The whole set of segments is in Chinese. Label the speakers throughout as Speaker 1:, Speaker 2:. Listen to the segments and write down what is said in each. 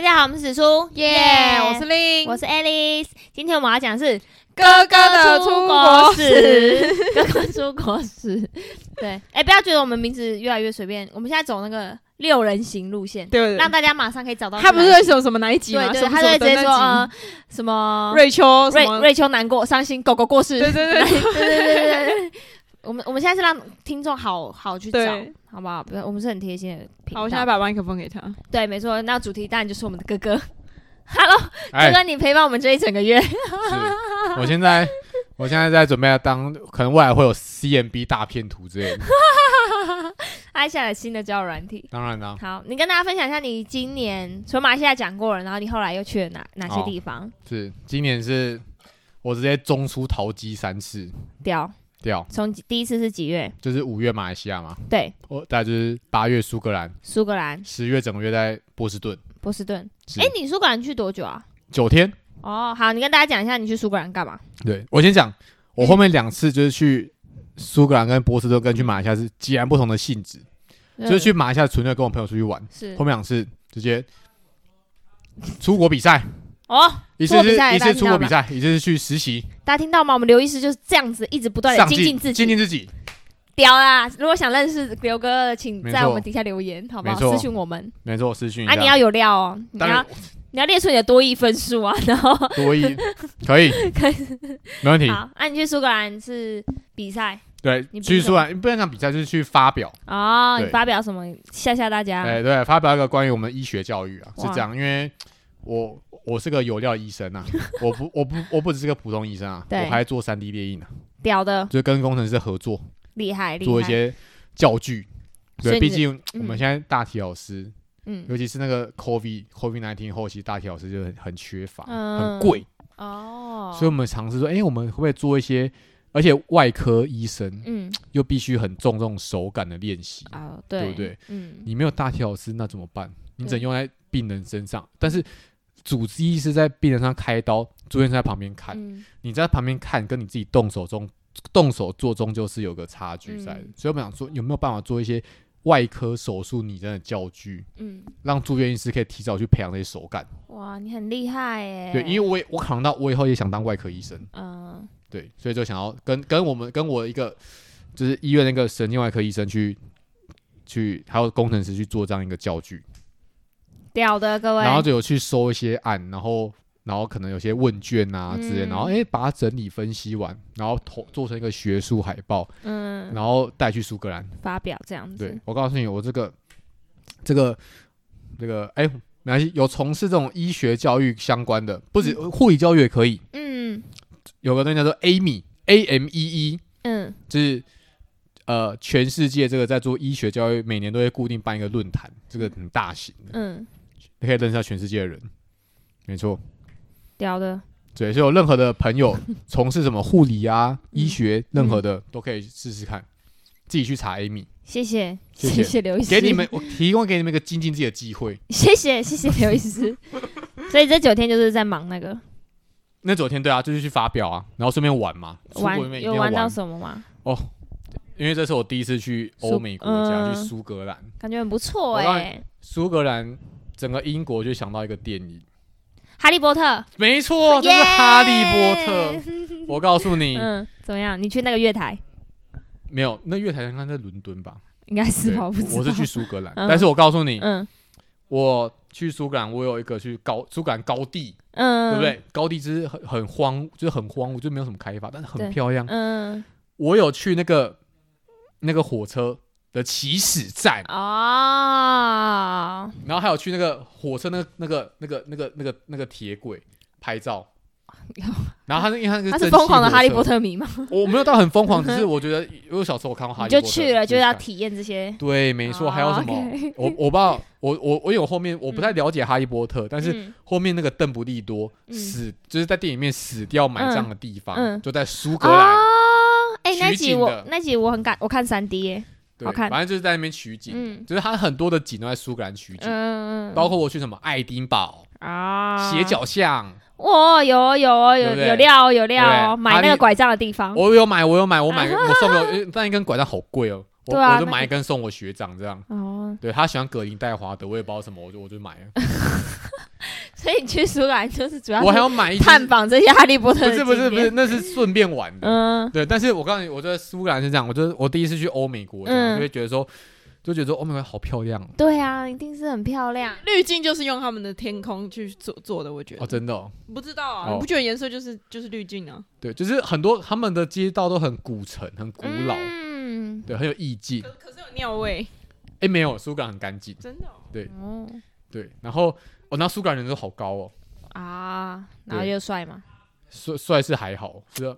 Speaker 1: 家好，我们是史叔，
Speaker 2: 耶、我是令，
Speaker 1: 我是 Alice。今天我们要讲的是
Speaker 2: 哥哥的
Speaker 1: 出
Speaker 2: 出国史。，
Speaker 1: 哥 哥出国史。对，哎、不要觉得我们名字越来越随便，我们现在走那个六人行路线，
Speaker 2: 对不
Speaker 1: 让
Speaker 2: 对？
Speaker 1: 大家马上可以找到哪一集。
Speaker 2: 他不是会有什么哪一集
Speaker 1: 对
Speaker 2: 吗？
Speaker 1: 对，
Speaker 2: 什么
Speaker 1: 他
Speaker 2: 什
Speaker 1: 就
Speaker 2: 么
Speaker 1: 会直接
Speaker 2: 的
Speaker 1: 说
Speaker 2: 那
Speaker 1: 呃
Speaker 2: 集
Speaker 1: 什么
Speaker 2: 瑞秋什
Speaker 1: 瑞
Speaker 2: 么？
Speaker 1: 瑞秋难过伤心，狗狗过世。
Speaker 2: 对对对，
Speaker 1: 对对对对对。我们我们现在是让听众好好去找
Speaker 2: 对，
Speaker 1: 好不好？不要，我们是很贴心的频道。
Speaker 2: 好，我现在把麦克风给他。
Speaker 1: 对，没错。那主题当然就是我们的哥哥。Hello，哥
Speaker 3: 哎，
Speaker 1: 哥，你陪伴我们这一整个月。
Speaker 3: 是我现在我现在在准备要当，可能未来会有 CMB 大片图之类的。
Speaker 1: 按下了新的交友软体。
Speaker 3: 当然啦，
Speaker 1: 好，你跟大家分享一下你今年除了马来西亚讲过了，然后你后来又去了哪哪些
Speaker 3: 哦
Speaker 1: 地方？
Speaker 3: 是今年是我直接中出淘机三次
Speaker 1: 屌，
Speaker 3: 掉，
Speaker 1: 从几第一次是几月？
Speaker 3: 就是五月马来西亚嘛，
Speaker 1: 对，
Speaker 3: 我大概就是八月苏格兰，
Speaker 1: 苏格兰、
Speaker 3: 十月整个月在波士顿，
Speaker 1: 波士顿。
Speaker 3: 是
Speaker 1: 哎、你苏格兰去多久啊？
Speaker 3: 九天。
Speaker 1: 哦，好，你跟大家讲一下你去苏格兰干嘛？
Speaker 3: 对我先讲，我后面两次就是去苏格兰跟波士顿跟去马来西亚是截然不同的性质，
Speaker 1: 嗯
Speaker 3: 就是去马来西亚纯粹跟我朋友出去玩，
Speaker 1: 是
Speaker 3: 后面两次直接出国比赛。
Speaker 1: 哦，
Speaker 3: 一
Speaker 1: 出
Speaker 3: 次
Speaker 1: 国比
Speaker 3: 是
Speaker 1: 赛
Speaker 3: 一次出国
Speaker 1: 大家听到吗
Speaker 3: 比赛，一次是去实习，
Speaker 1: 大家听到吗？我们刘医师就是这样子，一直不断的
Speaker 3: 上
Speaker 1: 精
Speaker 3: 进
Speaker 1: 进自
Speaker 3: 精
Speaker 1: 己，
Speaker 3: 进自己。
Speaker 1: 屌啦！如果想认识刘哥的，请
Speaker 3: 没
Speaker 1: 在
Speaker 3: 错
Speaker 1: 我们底下留言，好不好？
Speaker 3: 没错
Speaker 1: 私讯我们
Speaker 3: 没错，私讯一
Speaker 1: 啊，你
Speaker 3: 下
Speaker 1: 要。有料哦，你
Speaker 3: 当然
Speaker 1: 要你要列出你的多益分数啊， 然后
Speaker 3: 多一可以，没问题。
Speaker 1: 好，啊那、你去苏格兰是比赛
Speaker 3: 对
Speaker 1: 你，比
Speaker 3: 去
Speaker 1: 什
Speaker 3: 出来不能讲比赛，就是去发表。
Speaker 1: 哦，你
Speaker 3: 对
Speaker 1: 发表什么吓吓大家？
Speaker 3: 哎，对，发表一个关于我们医学教育啊，是
Speaker 1: 啊哇
Speaker 3: 这样，因为我我是个有料医生啊，我不我不我不只是个普通医生啊，
Speaker 1: 对
Speaker 3: 我还做三 D 列印啊，
Speaker 1: 屌的
Speaker 3: 就是跟工程师合作
Speaker 1: 厉害厉害，
Speaker 3: 做一些教具。
Speaker 1: 所以你
Speaker 3: 对，毕
Speaker 1: 的
Speaker 3: 竟
Speaker 1: 嗯
Speaker 3: 我们现在大体老师，
Speaker 1: 嗯
Speaker 3: 尤其是那个 COVID COVID 1 9后期，大体老师就很很缺乏，
Speaker 1: 嗯
Speaker 3: 很贵。
Speaker 1: 哦，
Speaker 3: 所以我们尝试说，哎、我们会不会做一些？而且外科医生
Speaker 1: 嗯
Speaker 3: 又必须很重这种手感的练习，
Speaker 1: 哦对
Speaker 3: 对不对？
Speaker 1: 嗯
Speaker 3: 你没有大体老师，那怎么办？你只
Speaker 1: 对
Speaker 3: 能用在病人身上，
Speaker 1: 嗯
Speaker 3: 但是主治医师在病人上开刀，住院在旁边看，
Speaker 1: 嗯
Speaker 3: 你在旁边看，跟你自己动手中动手做终究是有个差距在的。
Speaker 1: 嗯
Speaker 3: 所以我们想说，有没有办法做一些外科手术拟真的教具，
Speaker 1: 嗯，
Speaker 3: 让住院医师可以提早去培养这些手感？
Speaker 1: 哇，你很厉害耶！
Speaker 3: 对，因为我也我考量到我以后也想当外科医生。
Speaker 1: 嗯
Speaker 3: 对，所以就想要跟跟我们跟我一个就是医院那个神经外科医生去去，还有工程师去做这样一个教具，
Speaker 1: 屌的各位，
Speaker 3: 然后就有去收一些案，然后然后可能有些问卷啊之类，
Speaker 1: 嗯
Speaker 3: 然后诶把它整理分析完，然后投做成一个学术海报，
Speaker 1: 嗯
Speaker 3: 然后带去苏格兰。
Speaker 1: 发表这样子
Speaker 3: 对，我告诉你，我这个这个这个哎。没关系，有从事这种医学教育相关的，不止护理教育也可以。
Speaker 1: 嗯
Speaker 3: 有个东西叫做 AME，A M E E，
Speaker 1: 嗯
Speaker 3: 就是呃，全世界这个在做医学教育，每年都会固定办一个论坛，这个很大型的，
Speaker 1: 嗯，
Speaker 3: 你可以认识到全世界的人。没错，
Speaker 1: 屌的，
Speaker 3: 对，所以有任何的朋友从事什么护理啊、医学，任何
Speaker 1: 嗯
Speaker 3: 的都可以试试看，自己去 查 Amy，
Speaker 1: 谢谢
Speaker 3: 谢谢
Speaker 1: 谢谢刘医师，
Speaker 3: 给你们我提供给你们一个精进自己的机会。
Speaker 1: 谢谢谢谢刘医 师。所以这九天就是在忙那个
Speaker 3: 那昨天对啊，就是去发表啊，然后顺便玩嘛，出国里面
Speaker 1: 玩，
Speaker 3: 一
Speaker 1: 有
Speaker 3: 定要玩
Speaker 1: 到什么吗？
Speaker 3: 因为这是我第一次去
Speaker 1: 苏
Speaker 3: 欧美国
Speaker 1: 嗯
Speaker 3: 家，去苏格兰。
Speaker 1: 感觉很不错
Speaker 3: 我告诉
Speaker 1: 哎，
Speaker 3: 苏格兰整个英国就想到一个电影，
Speaker 1: 哈利波特，
Speaker 3: 没错，就是《哈利波特》。我告诉你，
Speaker 1: 嗯，怎么样？你去那个月台
Speaker 3: 没有，那月台上看在伦敦吧？
Speaker 1: 应该是
Speaker 3: 对
Speaker 1: 吧？我不知道。
Speaker 3: 我是去苏格兰，
Speaker 1: 嗯
Speaker 3: 但是我告诉你，
Speaker 1: 嗯
Speaker 3: 我去苏格兰，我有一个去高苏格兰高地，
Speaker 1: 嗯，
Speaker 3: 对不？对？高地就是很很荒，就是很荒芜，就没有什么开发，但是
Speaker 1: 对
Speaker 3: 很漂亮。
Speaker 1: 嗯，
Speaker 3: 我有去那个那个火车的起始站，
Speaker 1: 啊哦，
Speaker 3: 然后还有去那个火车那个那个那个那个那个那个铁轨拍照
Speaker 1: 有。
Speaker 3: 然后他是因为他那个
Speaker 1: 他是
Speaker 3: 蒸汽
Speaker 1: 疯狂的
Speaker 3: 火
Speaker 1: 哈利
Speaker 3: 车
Speaker 1: 波，特迷吗？
Speaker 3: 我没有到很疯狂， 只是我觉得，因为我小时候我看过哈
Speaker 1: 你
Speaker 3: 利波
Speaker 1: 就
Speaker 3: 特，
Speaker 1: 去了，就
Speaker 3: 看
Speaker 1: 要体验这些。
Speaker 3: 对，没错。
Speaker 1: 哦
Speaker 3: 还有什么？
Speaker 1: OK
Speaker 3: 我我不知道，我我我有后面我不太了解哈利波特，但是
Speaker 1: 嗯
Speaker 3: 后面那个邓布利多、
Speaker 1: 嗯
Speaker 3: 死，就是在电影里面死掉埋葬的地方，
Speaker 1: 嗯嗯
Speaker 3: 就在苏格兰。
Speaker 1: 哦，哎，那
Speaker 3: 啊取
Speaker 1: 集
Speaker 3: 景
Speaker 1: 我
Speaker 3: 的
Speaker 1: 那集我很感，我看三 D 耶，
Speaker 3: 对，
Speaker 1: 好看
Speaker 3: 反正就是在那边取景，
Speaker 1: 嗯
Speaker 3: 就是它很多的景都在苏格兰取景，
Speaker 1: 嗯，
Speaker 3: 包括我去什么爱丁堡、
Speaker 1: 啊
Speaker 3: 斜，角巷，
Speaker 1: 哇，有哦有哦有
Speaker 3: 对不对
Speaker 1: 有料哦有
Speaker 3: 对不
Speaker 1: 料哦，
Speaker 3: 对
Speaker 1: 买
Speaker 3: 哈
Speaker 1: 那
Speaker 3: 利
Speaker 1: 个拐杖的地方，
Speaker 3: 我有买，我有买，我买，我送给我，但一根拐杖好贵哦。我
Speaker 1: 对啊
Speaker 3: 我就
Speaker 1: 那
Speaker 3: 买
Speaker 1: 个
Speaker 3: 一根送我学长这样。
Speaker 1: 哦，
Speaker 3: 对他喜欢葛林戴华德，我也不知道什么，我就我就买了。
Speaker 1: 所以你去苏格兰就是主要
Speaker 3: 我还
Speaker 1: 是
Speaker 3: 要买一 只
Speaker 1: 探访这些哈利波特
Speaker 3: 不
Speaker 1: 的
Speaker 3: 是不是
Speaker 1: 景
Speaker 3: 不
Speaker 1: 点
Speaker 3: 是，，那是顺便玩的。
Speaker 1: 嗯，
Speaker 3: 对，但是我告诉你，我觉得苏格兰是这样，我就是我第一次去欧美国家，
Speaker 1: 嗯
Speaker 3: 就会觉得说，就觉得说欧美国家好漂亮哦
Speaker 1: 对啊，一定是很漂亮。
Speaker 2: 滤镜就是用他们的天空去做做的，我觉得。
Speaker 3: 哦，真的、哦，
Speaker 2: 不知道啊，
Speaker 3: 哦
Speaker 2: 你不觉得颜色就是就是滤镜啊？
Speaker 3: 对，就是很多他们的街道都很古城，很古老，
Speaker 1: 嗯，
Speaker 3: 对，很有意境。
Speaker 2: 可可是有尿味，
Speaker 3: 哎，没有，苏格兰很干净，
Speaker 2: 真的哦、
Speaker 1: 哦
Speaker 3: 对。然后哦，那苏格兰人都好高哦，
Speaker 1: 啊，然后
Speaker 3: 对
Speaker 1: 又帅嘛，
Speaker 3: 帅帅是还好，是，啊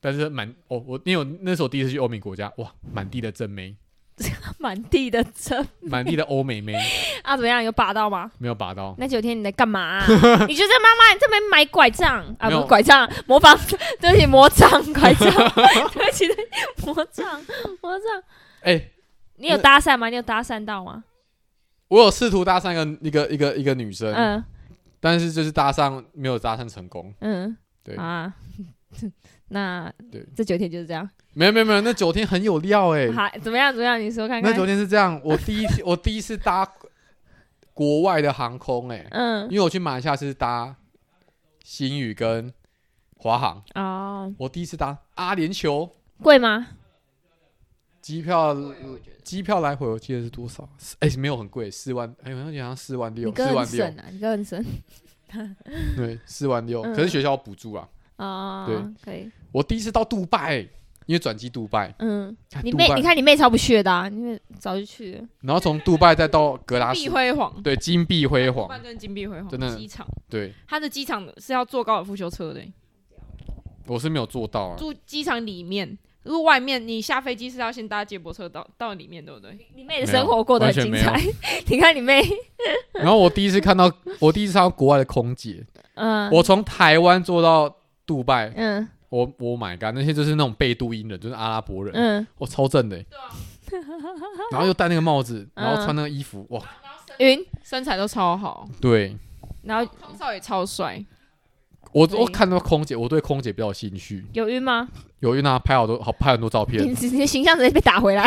Speaker 3: 但是满哦，我因为我那时候第一次去欧美国家，哇，满地的真妹，
Speaker 1: 满地的针
Speaker 3: 满地的欧美妹，
Speaker 1: 啊，怎么样？有拔到吗？
Speaker 3: 没有拔到，
Speaker 1: 那九天你在干嘛、啊 你就在妈妈你这边买拐杖啊？
Speaker 3: 没
Speaker 1: 不
Speaker 3: 有
Speaker 1: 是拐杖，模仿， 对不起，魔杖，拐杖， 对不起，对不起魔杖，魔杖。
Speaker 3: 哎。
Speaker 1: 你有搭讪吗？你有搭讪到吗？
Speaker 3: 我有试图搭讪一个一个一个一个女生，
Speaker 1: 嗯
Speaker 3: 但是就是搭讪没有搭讪成功。
Speaker 1: 嗯，
Speaker 3: 对
Speaker 1: 啊， 那
Speaker 3: 对
Speaker 1: 这九天就是这样。
Speaker 3: 没有没有没有，那九天很有料哎、
Speaker 1: 好，怎么样？怎么样？你说看
Speaker 3: 那
Speaker 1: 看。
Speaker 3: 九天是这样，我第一次 我第一次搭国外的航空哎、
Speaker 1: 嗯
Speaker 3: 因为我去马来西亚是搭新宇跟华航，
Speaker 1: 哦，
Speaker 3: 我第一次搭阿联酋，
Speaker 1: 贵吗？
Speaker 3: 机票机票来回我记得是多少？是哎、没有很贵，四万哎、好像好像四万
Speaker 1: 你
Speaker 3: 六，四
Speaker 1: 哥很
Speaker 3: 万六
Speaker 1: 省啊，你哥很省
Speaker 3: 对，四万六，
Speaker 1: 嗯
Speaker 3: 可是学校有补助啊。
Speaker 1: 哦，
Speaker 3: 对，
Speaker 1: 可以，
Speaker 3: 我第一次到杜拜、因为转机杜拜，
Speaker 1: 嗯，
Speaker 3: 看
Speaker 1: 你
Speaker 3: 杜
Speaker 1: 妹
Speaker 3: 拜，
Speaker 1: 你看你妹超不屑的、啊，你妹早就去了，
Speaker 3: 然后从杜拜再到格拉
Speaker 2: 碧
Speaker 3: 斯，
Speaker 2: 辉煌，
Speaker 3: 对，金碧辉煌
Speaker 2: 半，跟金碧辉煌，
Speaker 3: 真的
Speaker 2: 机场，
Speaker 3: 对
Speaker 2: 它的机场是要坐高尔夫球车的欸、
Speaker 3: 我是没有做到啊。
Speaker 2: 住机场里面。如果外面你下飞机是要先搭接驳车到到里面，对不对？
Speaker 1: 你妹的生活过得很精
Speaker 3: 没有完
Speaker 1: 彩，你看你妹，
Speaker 3: 然后我第一次看到，我第一次看到国外的空姐，
Speaker 1: 嗯，
Speaker 3: 我从台湾坐到杜拜，
Speaker 1: 嗯
Speaker 3: 我我 my god，那些就是那种贝都因人，就是阿拉伯人，
Speaker 1: 嗯，啊
Speaker 3: 我超正的欸，然后又戴那个帽子，
Speaker 1: 嗯
Speaker 3: 然后穿那个衣服，哇，
Speaker 1: 云，
Speaker 2: 身材都超好，
Speaker 3: 对
Speaker 1: 然后
Speaker 2: 空少也超帅，
Speaker 3: 我
Speaker 1: 对
Speaker 3: 我看到空姐，我对空姐比较有兴趣，
Speaker 1: 有晕吗？
Speaker 3: 有因为她拍好多好拍很多照片
Speaker 1: 你，你的形象直接被打回来，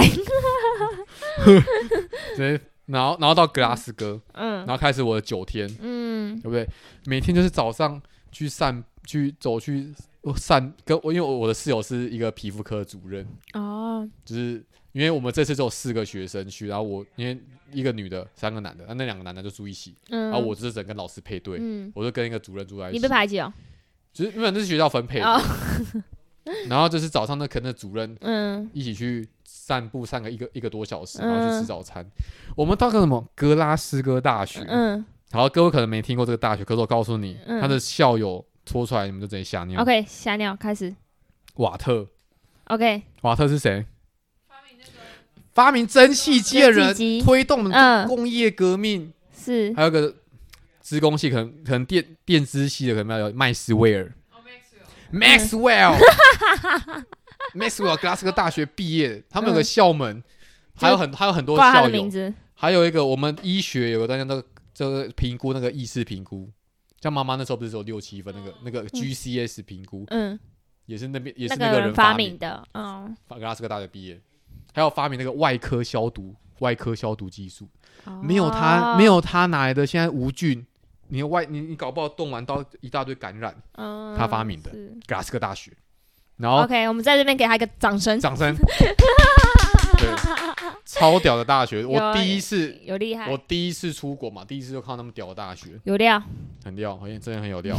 Speaker 3: 对，然后然后到格拉斯哥，然
Speaker 1: 嗯
Speaker 3: 后开始我的九天，
Speaker 1: 嗯
Speaker 3: 对不对？每天就是早上去散去走去呃散，跟我因为我我的室友是一个皮肤科主任，
Speaker 1: 哦，
Speaker 3: 就是因为我们这次只有四个学生去，然后我因为一个女的，三个男的，那那两个男的就住一起，
Speaker 1: 嗯，
Speaker 3: 然后啊我就是只能跟老师配对，
Speaker 1: 嗯，
Speaker 3: 我就跟一个主任住在一
Speaker 1: 你
Speaker 3: 起
Speaker 1: 被，排挤哦，
Speaker 3: 就是因为那是学校分配的，
Speaker 1: 哦
Speaker 3: 然后就是早上那跟那主任
Speaker 1: 嗯
Speaker 3: 一起去。散步散个一个一个多小时，
Speaker 1: 嗯
Speaker 3: 然后去吃早餐。我们到个什么格拉斯哥大学，
Speaker 1: 嗯
Speaker 3: 好，各位可能没听过这个大学，可是我告诉你，
Speaker 1: 嗯
Speaker 3: 他的校友搓出来，你们就直接吓尿。
Speaker 1: ，OK，吓尿开始
Speaker 3: 瓦特，
Speaker 1: ，OK，
Speaker 3: 瓦特是谁？发明蒸汽机的人
Speaker 1: 蒸汽，机
Speaker 3: 推动
Speaker 1: 嗯
Speaker 3: 工业革命。
Speaker 1: 是
Speaker 3: 还有个资工系，可能可能电电资系的，可能要麦斯威尔。Maxwell，Maxwell，格拉斯哥大学毕业， 他们有个
Speaker 1: 嗯
Speaker 3: 校门，还有很还有很多
Speaker 1: 挂他
Speaker 3: 校
Speaker 1: 的名
Speaker 3: 友，
Speaker 1: 字，
Speaker 3: 还有一个我们医学有个大家那个就是评估那个意识评估，像妈妈那时候不是只有六七分那个那个 GCS 评估，
Speaker 1: 嗯，
Speaker 3: 也是那边也是
Speaker 1: 那
Speaker 3: 那个
Speaker 1: 人
Speaker 3: 人
Speaker 1: 发
Speaker 3: 明
Speaker 1: 明，的，嗯，
Speaker 3: 法格拉斯哥大学毕业，还有发明那个外科消毒外科消毒技术， 没有他
Speaker 1: 哦
Speaker 3: 没，有他哪来的现在无菌？你的外你你搞不好动完到一大堆感染，
Speaker 1: 嗯
Speaker 3: 他发明的
Speaker 1: 是
Speaker 3: 格拉斯哥大学，然后
Speaker 1: OK，我们在这边给他一个掌声，
Speaker 3: 掌声，对，超屌的大学，
Speaker 1: 有啊
Speaker 3: 我第一次。
Speaker 1: 有啊厉害
Speaker 3: 我，第一次出国嘛，第一次就看到那么屌的大学，
Speaker 1: 有料，
Speaker 3: 很料，好像真的很 有料。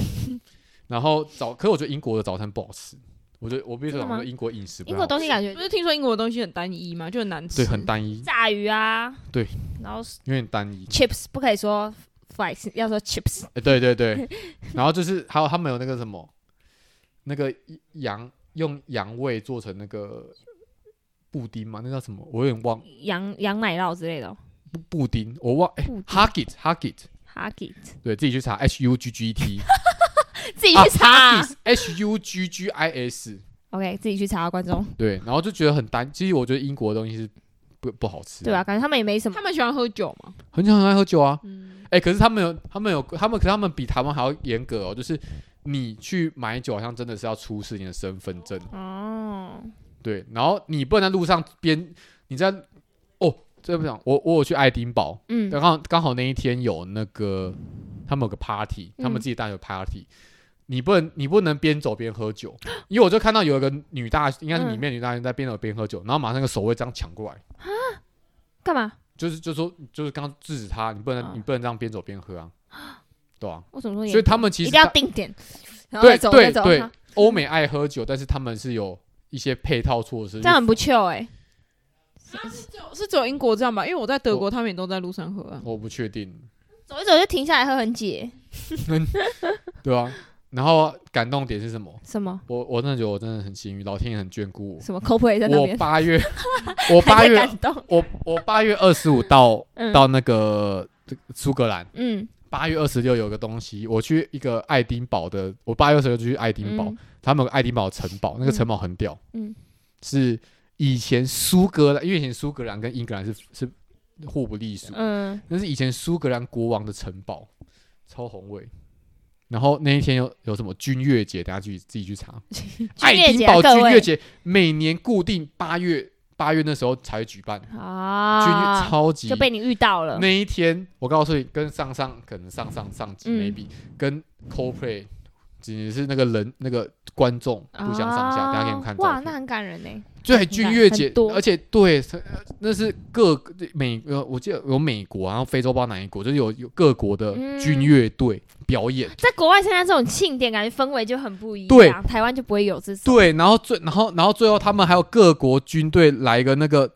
Speaker 3: 然后早，可是我觉得英国的早餐不好吃，我觉得我必须
Speaker 1: 真的
Speaker 3: 讲说
Speaker 1: 吗
Speaker 3: 英国饮食不
Speaker 1: 英
Speaker 3: 太
Speaker 1: 国
Speaker 3: 好，
Speaker 1: 东西感
Speaker 2: 不
Speaker 1: 觉
Speaker 2: 是听说英国的东西很单一吗？就很难吃，
Speaker 3: 对，很单一，
Speaker 1: 炸鱼啊，
Speaker 3: 对，
Speaker 1: 然后
Speaker 3: 有点单一。
Speaker 1: chips 不可以说 fries，要说 chips，
Speaker 3: 哎，对对 对，然后就是还有他们有那个什么，那个羊用羊胃做成那个布丁嘛，那叫什么？我有点忘
Speaker 1: 羊羊奶酪之类的哦
Speaker 3: 布布丁，我忘哎
Speaker 1: 布丁
Speaker 3: ，Hugget Hugget，
Speaker 1: ，huggy，
Speaker 3: 对自己去查 H U G G T，
Speaker 1: 自己去查啊
Speaker 3: H U G G I S，
Speaker 1: ，OK，自己去查啊，观众，
Speaker 3: 对，然后就觉得很单，其实我觉得英国的东西是不不好吃，
Speaker 1: 对吧？？感觉他们也没什么
Speaker 2: 他，们喜欢喝酒吗？
Speaker 3: 很想很爱喝酒啊，
Speaker 2: 嗯，
Speaker 3: 哎、可是他们有，他们有，他们可是他们比台湾还要严格哦，就是你去买酒，好像真的是要出示你的身份证，
Speaker 1: 哦，
Speaker 3: 对，然后你不能在路上边你在哦，这不讲，我我有去爱丁堡，
Speaker 1: 嗯
Speaker 3: 刚好刚好那一天有那个他们有个 party，他们自己大学 party，、你不能你不能边走边喝酒，因为我就看到有一个女大，应该是里面女大学生在边走边喝酒，然后马上那个守卫这样抢过来，
Speaker 1: 干嘛？
Speaker 3: 就是就说就是刚刚制止他，你不能、
Speaker 1: 啊
Speaker 3: 你不能这样边走边喝啊，对啊，
Speaker 1: 我怎么说也？
Speaker 3: 所以他们其
Speaker 1: 一
Speaker 3: 实
Speaker 1: 定要
Speaker 3: 他
Speaker 1: 定点，然后
Speaker 3: 对
Speaker 1: 再走
Speaker 3: 对
Speaker 1: 再走，
Speaker 3: 对，欧美爱喝酒，但是他们是有一些配套措施，
Speaker 1: 这样很不 chill 哎、
Speaker 2: 哦是只有英国这样吧？因为我在德国，他们也都在路上喝啊。
Speaker 3: 我不确定，
Speaker 1: 走一走就停下来喝很欸解，
Speaker 3: 对啊，然后感动点是什么？
Speaker 1: 什么
Speaker 3: 我我真的觉得我真的很幸运，老天爷很眷顾我。
Speaker 1: 什么 c o p l a y 在那
Speaker 3: 我
Speaker 1: 边，
Speaker 3: 八月，我
Speaker 1: 还
Speaker 3: 八
Speaker 1: 在
Speaker 3: 月，
Speaker 1: 感动，
Speaker 3: 我我八月二十五到
Speaker 1: 嗯
Speaker 3: 到那个这个苏格兰，
Speaker 1: 嗯，
Speaker 3: 八月二十六有个东西，我去一个爱丁堡的，我八月二十六就去爱丁堡
Speaker 1: 嗯，
Speaker 3: 他们有个爱丁堡城堡，那个城堡很屌，
Speaker 1: 嗯
Speaker 3: 是以前苏格兰，因为以前苏格兰跟英格兰是是互不隶属，
Speaker 1: 嗯，
Speaker 3: 那是以前苏格兰国王的城堡，超宏伟。然后那一天有有什么军乐节，大家自己自己去 查。爱
Speaker 1: 军乐
Speaker 3: 丁
Speaker 1: 节啊
Speaker 3: 堡
Speaker 1: 各
Speaker 3: 军
Speaker 1: 位
Speaker 3: 乐节每年固定八月八月那时候才会举办，军乐
Speaker 1: 啊，
Speaker 3: 超级
Speaker 1: 就被你遇到了，
Speaker 3: 那一天，我告诉你，跟上上可能上上上集
Speaker 1: 嗯
Speaker 3: maybe、跟 CoPlay 仅是那个人那个观众不相上下，大家给你看
Speaker 1: 啊哇，
Speaker 3: 照
Speaker 1: 那
Speaker 3: 片。
Speaker 1: 很感人呢、
Speaker 3: 对，军乐节
Speaker 1: 很多，
Speaker 3: 而且对，是呃那是各美呃，我记得有美国，然后非洲不知道哪一国，就是有有各国的
Speaker 1: 嗯
Speaker 3: 军乐队表演。
Speaker 1: 在国外参加这种庆典，感觉氛围就很不一样，
Speaker 3: 对
Speaker 1: 台湾就不会有这种，
Speaker 3: 对，然后最然后然后最后他们还有各国军队来一个那个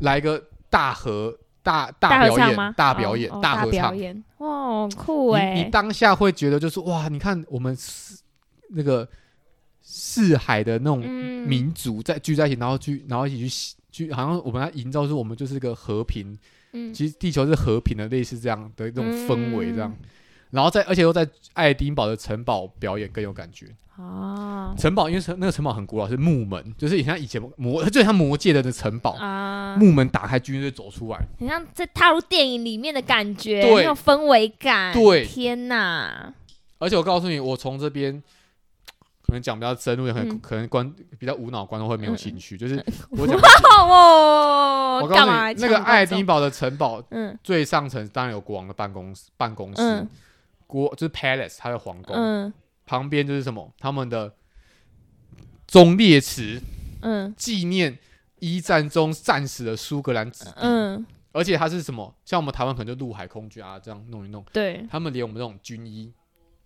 Speaker 3: 来一个大合大大
Speaker 1: 合
Speaker 3: 表
Speaker 1: 唱
Speaker 3: 演
Speaker 1: 吗？
Speaker 3: 大表演
Speaker 1: 哦哦
Speaker 3: 大
Speaker 1: 大
Speaker 3: 合唱
Speaker 1: 表。演，哇，好酷哎、
Speaker 3: 你你当下会觉得就是哇，你看我们四那个四海的那种
Speaker 1: 嗯，
Speaker 3: 民族在聚在一起，然后去然后一起去洗去，好像我们要营造出我们就是一个和平，
Speaker 1: 嗯
Speaker 3: 其实地球是和平的，类似这样的那种氛围这样。
Speaker 1: 嗯
Speaker 3: 然后在而且又在爱丁堡的城堡表演更有感觉。
Speaker 1: 啊
Speaker 3: 城堡因为城那个城堡很古老，是木门，就是像以前魔就像魔界的那城堡，
Speaker 1: 啊，
Speaker 3: 哦木门打开，军队走出来。
Speaker 1: 很像在踏入电影里面的感觉，
Speaker 3: 对
Speaker 1: 那种氛围感。
Speaker 3: 对
Speaker 1: 天 哪，
Speaker 3: 而且我告诉你，我从这边可能讲比较深入，也很、
Speaker 1: 嗯
Speaker 3: 可能观比较无脑观众会没有兴趣。就是我 讲，
Speaker 1: 好哦，
Speaker 3: 我告
Speaker 1: 干
Speaker 3: 诉
Speaker 1: 嘛
Speaker 3: 你，那个爱丁
Speaker 1: 堡，
Speaker 3: 堡的城堡
Speaker 1: 嗯
Speaker 3: 最上层当然有国王的办公室，办公室、
Speaker 1: 嗯
Speaker 3: 国就是 palace，它的皇宫、
Speaker 1: 嗯
Speaker 3: 旁边就是什么他们的忠烈祠，
Speaker 1: 嗯
Speaker 3: 纪念一战中战死的苏格兰子弟。
Speaker 1: 嗯，
Speaker 3: 而且它是什么？像我们台湾可能就陆海空军啊，这样弄一弄。
Speaker 1: 对，
Speaker 3: 他们连我们这种军医，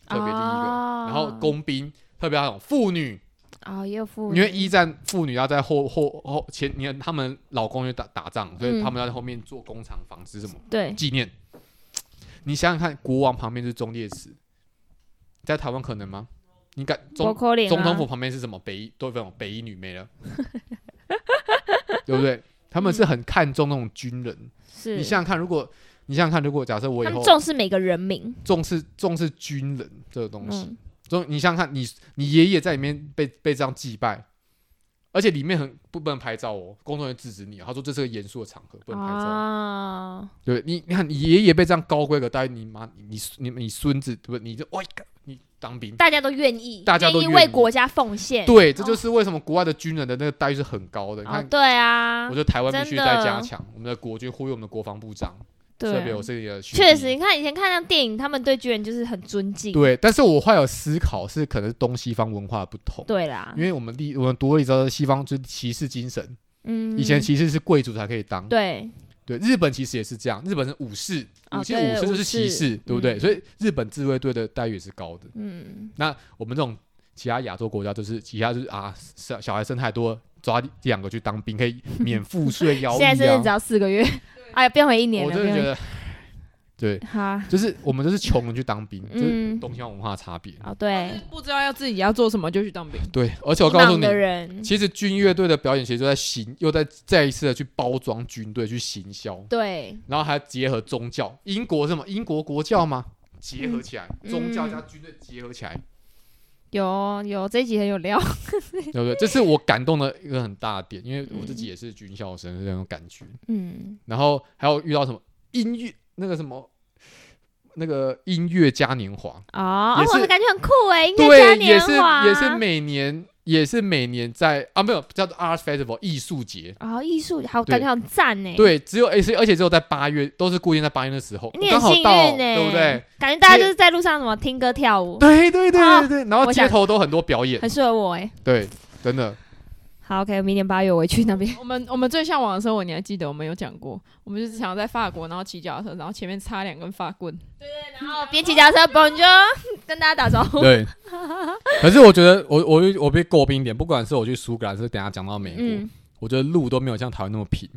Speaker 3: 特别第一个，
Speaker 1: 啊
Speaker 3: 然后工兵，特别那种妇女，
Speaker 1: 啊也有妇女，
Speaker 3: 因为一战妇女要在后后后前，你看他们老公就打打仗，所以
Speaker 1: 嗯
Speaker 3: 他们要在后面做工厂、纺织什么
Speaker 1: 对
Speaker 3: 纪念。你想想看，国王旁边是忠烈祠，在台湾可能吗？你敢
Speaker 1: 伯
Speaker 3: 总
Speaker 1: 克林啊
Speaker 3: 总统府旁边是什么？北一对不对？北一女没了， 对不对？他们是很看重那种军人。
Speaker 1: 嗯是，
Speaker 3: 你想想看，如果你想想看，如果假设我以
Speaker 1: 他们
Speaker 3: 后
Speaker 1: 重视每个人民，
Speaker 3: 重视重视军人这个东西，
Speaker 1: 嗯
Speaker 3: 所以你想想看，你你爷爷在里面被被这样祭拜，而且里面很不不能拍照哦，工作人员制止你哦，他说这是个严肃的场合，不能拍照。
Speaker 1: 啊，
Speaker 3: 对你，你看你爷爷被这样高规格待遇，你妈你你你你孙子对不对？你就哇，干你当兵，
Speaker 1: 大家都愿意，
Speaker 3: 大家都
Speaker 1: 愿
Speaker 3: 愿
Speaker 1: 为
Speaker 3: 意
Speaker 1: 国家奉献。哦
Speaker 3: 对，这就是为什么国外的军人的那个待遇是很高的。你
Speaker 1: 啊，
Speaker 3: 看，
Speaker 1: 对啊
Speaker 3: 我觉，得台湾必须
Speaker 1: 真的
Speaker 3: 再加强我们的国军，呼吁我们的国防部长，特别
Speaker 1: 对
Speaker 3: 有
Speaker 1: 啊，
Speaker 3: 这里的学
Speaker 1: 确
Speaker 3: 弟
Speaker 1: 实，你看以前看像电影，他们对军人就是很尊敬。
Speaker 3: 对。但是我后来有思考，是可能是东西方文化的不同。
Speaker 1: 对啊啦
Speaker 3: 因，为我们历我们读了一招西方就是骑士精神，
Speaker 1: 嗯，
Speaker 3: 以前骑士是贵族才可以当，
Speaker 1: 对
Speaker 3: 对日本其实也是这样，日本是武士，
Speaker 1: 哦
Speaker 3: 武其实
Speaker 1: 对
Speaker 3: 武士就是骑
Speaker 1: 武
Speaker 3: 士
Speaker 1: 士，
Speaker 3: 对不对？
Speaker 1: 嗯
Speaker 3: 所以日本自卫队的待遇也是高的。
Speaker 1: 嗯，
Speaker 3: 那我们这种其他亚洲国家就是其他就是啊，小小孩生太多，抓一两个去当兵可以免赋税 徭
Speaker 1: 现在甚
Speaker 3: 役
Speaker 1: 至只
Speaker 3: 啊，
Speaker 1: 要四个月， 哎呀，变回一年
Speaker 3: 我
Speaker 1: 了，
Speaker 3: 真的
Speaker 1: 变
Speaker 3: 觉
Speaker 1: 回
Speaker 3: 得，对，
Speaker 1: 好，
Speaker 3: 就是我们就是穷人去当兵，就是
Speaker 1: 嗯，
Speaker 3: 东西方文化的差别。
Speaker 1: 哦对，
Speaker 2: 不知道要自己要做什么就去当兵。
Speaker 3: 对，而且我
Speaker 1: 迷
Speaker 3: 告诉
Speaker 1: 茫
Speaker 3: 你
Speaker 1: 的，人，
Speaker 3: 其实军乐队的表演其实就在行，又在再一次的去包装军队去行销，
Speaker 1: 对，
Speaker 3: 然后还结合宗教。英国是什么？英国国教吗？结合起来，
Speaker 1: 嗯
Speaker 3: 宗教加军队结合起来，
Speaker 1: 有有这一集很有 料，
Speaker 3: 对不对？这是我感动的一个很大的点，因为我自己也是军校生，是那种感觉。
Speaker 1: 嗯，
Speaker 3: 然后还有遇到什么音乐，那个什么，那个音乐嘉年华，
Speaker 1: 哦，
Speaker 3: 也
Speaker 1: 哦
Speaker 3: 是
Speaker 1: 我的感觉很酷哎，音乐嘉
Speaker 3: 对，也
Speaker 1: 年
Speaker 3: 是
Speaker 1: 华
Speaker 3: 也是每年也是每年在啊没有叫做 Art Festival 艺术节，
Speaker 1: 然哦后艺术好
Speaker 3: 对
Speaker 1: 感觉很赞呢。，
Speaker 3: 对，只有而且而且只有在八月，都是固定在八月的时候，
Speaker 1: 你
Speaker 3: 刚
Speaker 1: 很
Speaker 3: 好
Speaker 1: 幸运欸
Speaker 3: 到，
Speaker 1: 呢，
Speaker 3: 对不对？？
Speaker 1: 感觉大家就是在路上什么听歌跳舞，
Speaker 3: 对对对对对，然后
Speaker 1: 我
Speaker 3: 街
Speaker 1: 想
Speaker 3: 头都很多表演，
Speaker 1: 很适合我哎。
Speaker 3: 对，真的，
Speaker 1: 好，OK，明年八月我会去那边。
Speaker 2: 我们我们最向往的生活，你还记得我们有讲过？我们就是想在法国，然后骑脚踏车，然后前面插两根发棍。
Speaker 1: 然后边骑脚踏车 b o n 跟大家打招呼。
Speaker 3: 对。可是我觉得我我我被诟病一点，不管是我去苏格兰，是等下讲到美
Speaker 1: 嗯
Speaker 3: 我觉得路都没有像台湾那么平。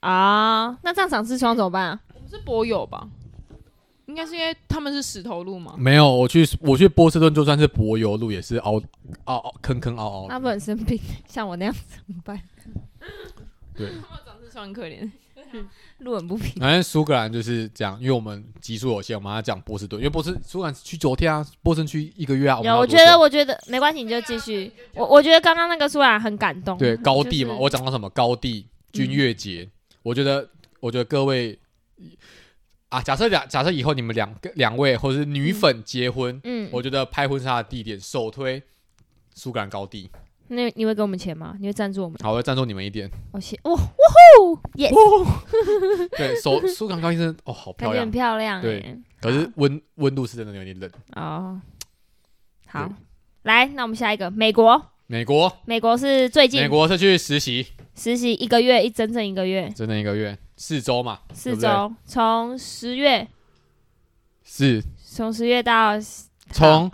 Speaker 1: 啊，那这样长痔疮怎么办啊？
Speaker 2: 我们是柏友吧？应该是因为他们是石头路嘛。
Speaker 3: 没有，我去我去波士顿，就算是柏油路，也是凹凹凹坑坑凹凹。
Speaker 1: 那不能生病， 像我那样子怎么办？
Speaker 3: 对，
Speaker 2: 他们长痔疮很可怜。
Speaker 1: 路很不平。
Speaker 3: 反正苏格兰就是这样，因为我们集数有限，我们要讲波士顿，因为波士苏格兰去九天啊，波士顿去一个月啊。们
Speaker 1: 有，
Speaker 3: 要
Speaker 1: 我
Speaker 3: 多
Speaker 1: 觉
Speaker 3: 久
Speaker 1: 得，我觉得没关系，你就继续。我我觉得刚刚那个苏然很感动。
Speaker 3: 对高地嘛，
Speaker 1: 嗯就是嗯
Speaker 3: 我讲到什么高地军乐节，我觉得我觉得各位啊，假设两假设以后你们两个两位或者是女粉结婚，
Speaker 1: 嗯，
Speaker 3: 我觉得拍婚纱的地点首推苏格兰高地，
Speaker 1: 那你会给我们钱吗？你会赞助我们？
Speaker 3: 好，我赞助你们一点。
Speaker 1: 我哦谢，哇，哇
Speaker 3: 啊
Speaker 1: 呼，yes，
Speaker 3: 对， 首苏格兰高地真的哦，好
Speaker 1: 感觉
Speaker 3: 漂亮
Speaker 1: 很。漂亮
Speaker 3: 对
Speaker 1: 哎。
Speaker 3: 可是温温度是真的有点冷。
Speaker 1: 哦，好
Speaker 3: 对，
Speaker 1: 来，那我们下一个美国，
Speaker 3: 美国，
Speaker 1: 美国是最
Speaker 3: 美
Speaker 1: 近
Speaker 3: 国是去实习，
Speaker 1: 实习一个月，一整整一个月，
Speaker 3: 整整一个月，四周嘛，对
Speaker 1: 四
Speaker 3: 不对
Speaker 1: 周，从十月，
Speaker 3: 是
Speaker 1: 从十月到
Speaker 3: 从